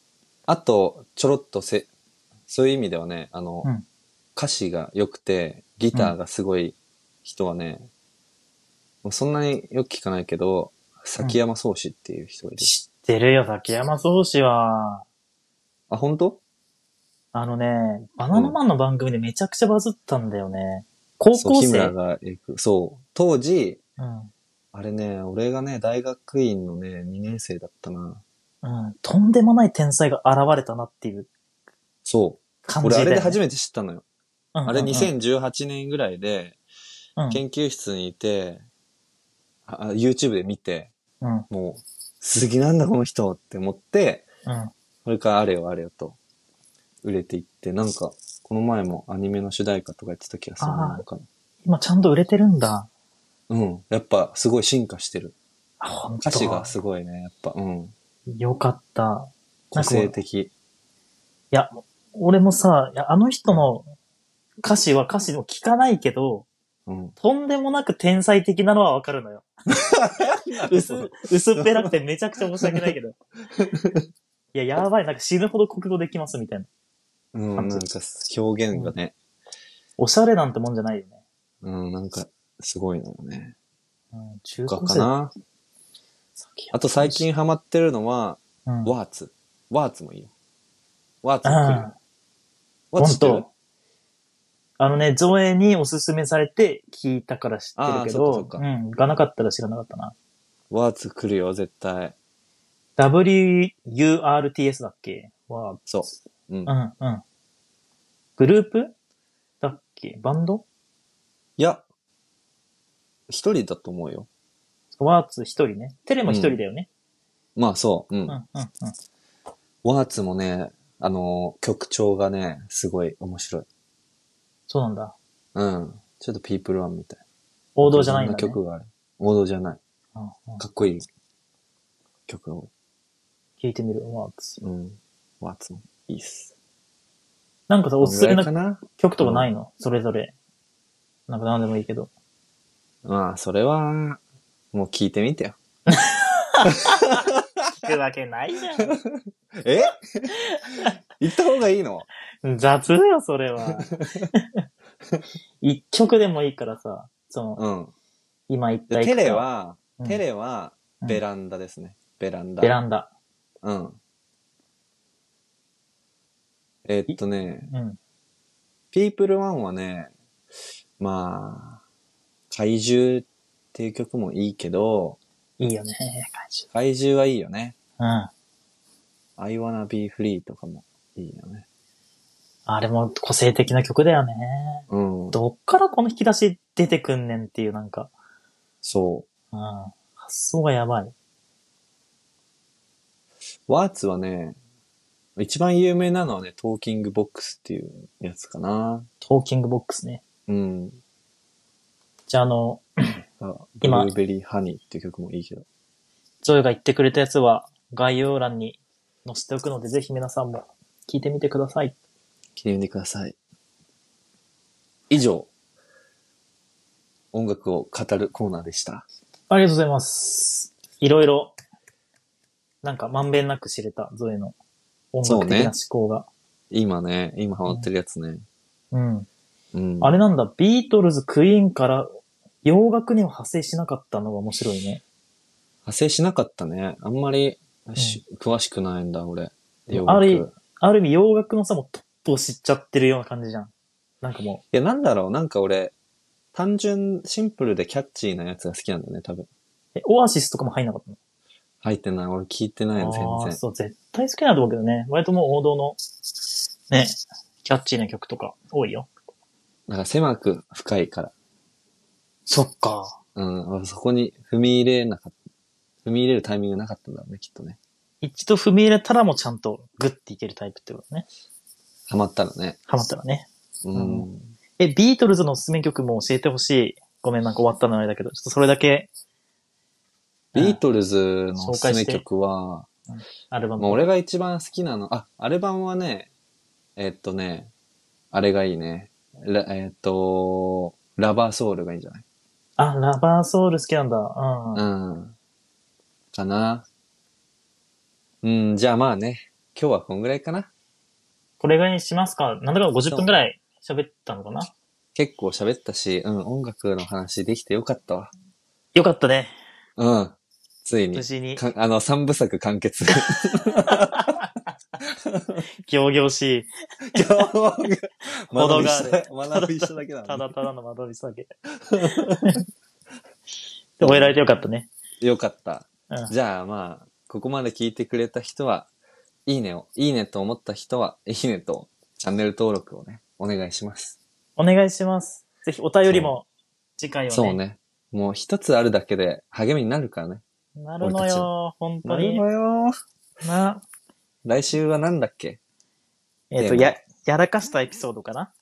A: あと、ちょろっとせ、そういう意味ではね、あの、
B: うん
A: 歌詞が良くて、ギターがすごい人はね、もうそんなによく聞かないけど、崎山宗志っていう人がいる。
B: 知ってるよ、崎山宗氏は。
A: あ、本当？
B: あのね、バナナマンの番組でめちゃくちゃバズったんだよね。高
A: そう、
B: 校
A: 日村
B: 生。
A: が行く。そう。当時、
B: うん。
A: あれね、俺がね、大学院のね、2年生だったな。
B: うん。とんでもない天才が現れたなっていう
A: そう。
B: 感じ
A: 俺
B: だ
A: あ
B: よね、
A: れで初めて知ったのよ。
B: うんうんうん、
A: あれ2018年ぐらいで、
B: うん
A: 研究室にいて、ああ YouTube で見て、
B: うん。
A: もう、すげえなんだこの人って思って、
B: うん。
A: それからあれよあれよと、売れていって、なんか、この前もアニメの主題歌とかやってた気がする
B: あー
A: なのかな。
B: 今ちゃんと売れてるんだ。
A: うん。やっぱ、すごい進化してる。
B: あ、本当
A: 歌詞がすごいね、やっぱ、うん。
B: よかった。
A: 個性的。
B: いや、俺もさ、いやあの人の歌詞は歌詞も聞かないけど、
A: うん。
B: とんでもなく天才的なのはわかるのよ。薄、薄っぺらくてめちゃくちゃ申し訳ないけど。 いや、やばい、なんか死ぬほど国語できますみたいな。
A: うん、なんか表現がね、
B: おしゃれなんてもんじゃないよね。
A: うん、なんか、すごいのよね。
B: うん、中
A: か
B: 高
A: か
B: 生。
A: な。あと最近ハマってるのは、
B: うん、
A: ワーツ。ワーツもいいよ。ワーツも来
B: うん
A: る。ワーツ知ってる
B: 本当あのね、上映におすすめされて聞いたから知ってるけ
A: あーそっ
B: ど、
A: かそっ
B: う
A: か
B: ん、がなかったら知らなかったな。
A: ワーツ来るよ、絶対。
B: WURTS だっけは、
A: そう。うん。
B: う
A: い
B: ん、うん。グループだっけバンド
A: や、一人だと思うよ。
B: ワーツ一人ね。テレも一人だよね。
A: まあそう。う。
B: うんん、うん、うん。
A: ワーツもね、あのー曲調がね、すごい面白い。
B: そうなんだ。
A: うん。ちょっとピープルワンみたい。
B: 王道じゃないんだ、ね。
A: ろな曲がある。王道じゃない。
B: うんうん
A: かっこいい曲が多い。
B: 聞いてみる、ワーツ。
A: うん。ワーツもいいっす。
B: なんかさ、おすすめ
A: こんぐ
B: な
A: らいかな
B: 曲とかないのそれぞれ。なんか何でもいいけど。
A: まあ、それは、もう聞いてみてよ。
B: 聞くわけないじゃ
A: え言った方がいいの
B: ん。雑だよ、それ は。一曲でもいいからさ、その、
A: うん。
B: 今言っ
A: で
B: た
A: テレ、は、
B: うん
A: テレは、
B: うん
A: ベランダですね。ベランダ。
B: ベランダ。
A: うん。えーっとね、
B: うん。
A: ピープルワンはね、まあ、怪獣っていう曲もいいけど、
B: いいよね、感じ。
A: 怪獣はいいよね。
B: うん。
A: I wanna be free とかもいいよね。
B: あれも個性的な曲だよね。
A: うん。
B: どっからこの引き出し出てくんねんっていうなんか、
A: そ
B: うん。発想がやばい。
A: う。ワーツはね、一番有名なのはね、トーキングボックスっていうやつかな。
B: トーキングボックスね。
A: うん。
B: じゃあ、あの、
A: あブル
B: 今
A: ーベリーハニーっていう曲もいいけど。
B: ジョイが言ってくれたやつは概要欄に載せておくので、ぜひ皆さんも聞いてみてください。
A: 記念でください。以上、音楽を語るコーナーでした。
B: ありがとうございます。いろいろ、なんかまんべんなく知れた、ゾエの音楽的な思考が。
A: 今ね、今ハマってるやつね。
B: うん。
A: うん。
B: あれなんだ、ビートルズ、クイーンから洋楽には派生しなかったのが面白いね。
A: 派生しなかったね。あんまりし、詳しくないんだ、俺。洋
B: あ
A: 楽
B: れ
A: い
B: ある意味洋楽のさ、もうトップを知っちゃってるような感じじゃん。なんかも
A: や、なんだろう、なんか俺、単純、シンプルでキャッチーなやつが好きなんだよね、多分。
B: う、えオアシスとかも入んなかったの
A: 入ってない。俺聞いてないの、
B: あ
A: 全
B: ー
A: 然。
B: そう、絶対好きなんだと思うけどね。割ともう王道の、ね、キャッチーな曲とか多いよ。
A: だから狭く深いから。
B: そっか。
A: うん、俺そこに踏み入れなかった。踏み入れるタイミングなかったんだろうね、きっとね。
B: 一度踏み入れたらもうちゃんとグッていけるタイプってことね。
A: ハマったらね。
B: ハマったらね。
A: うん。
B: え、ビートルズのおすすめ曲も教えてほしい。ごめん、なんか終わったのあれだけど、ちょっとそれだけ、
A: ビートルズのおすすめ曲は、
B: アルバム
A: もう。俺が一番好きなの、あ、アルバムはね、えっとね、あれがいいね。ラえっと、ラバーソウルがいいんじゃない
B: あ、ラバーソウル好きなんだ。うん。
A: うん。かな。うん、じゃあまあね、今日はこんぐらいかな。
B: これぐらいにしますか。なんだか50分ぐらい喋ったのかな。
A: 結構喋ったし、うん、音楽の話できてよかったわ。
B: よかったね。
A: うん。ついに
B: 無。事に、
A: かあの、三部作完 結。
B: 行々しい。
A: 学び一緒だ学び一緒だけだ
B: た
A: ね。
B: だただの窓びさ げ。で終えられてよかったね。
A: よかった。
B: うん。
A: じゃあまあ、ここまで聞いてくれた人は、いいねを、いいねと思った人は、いいねとチャンネル登録をね、お願いします。
B: お願いします。ぜひお便りも次回は
A: そう
B: ね。
A: ね。もう一つあるだけで励みになるからね。
B: なるの
A: 俺たち
B: よ、本当
A: なる
B: に。
A: のよー。
B: な。
A: 来週はなんだっけ
B: えっ、と、
A: テーマ
B: や、やらかしたエピソードかな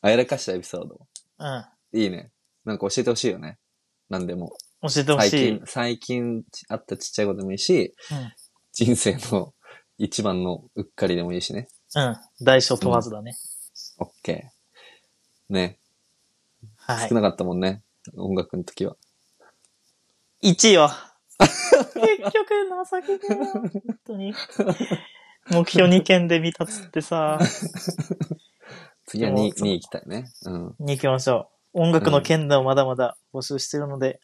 A: あやらかしたエピソード。
B: う
A: いいね。なんか教えてほしいよね。なんでも。
B: ん。教えてほ
A: 最
B: しい。う
A: 近、最近あったちっちゃいことでもいいし、
B: ん。
A: 人生の一番のうっかりでもいいしね。
B: うん。大小問わずだね。
A: オッケー。ね。
B: は
A: 少なかったもんね。音楽の時は。
B: い。1位は。 結局、情けねえな。本当に。目標2件で見たっつって さ、
A: 次は
B: でも
A: 2,
B: そう
A: 2行きたいね。うん。
B: に行きましょう。音楽の件でもまだまだ募集してるので、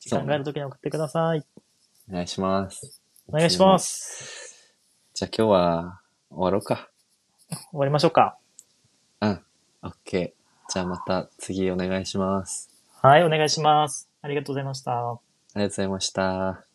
B: 時間がある時に送ってください。
A: お願いします。
B: お願いします。
A: じゃあ今日は終わろうか。
B: 終わりましょうか。
A: うん。オッケー。じゃあまた次お願いします。
B: はい、お願いします。ありがとうございました。
A: ありがとうございました。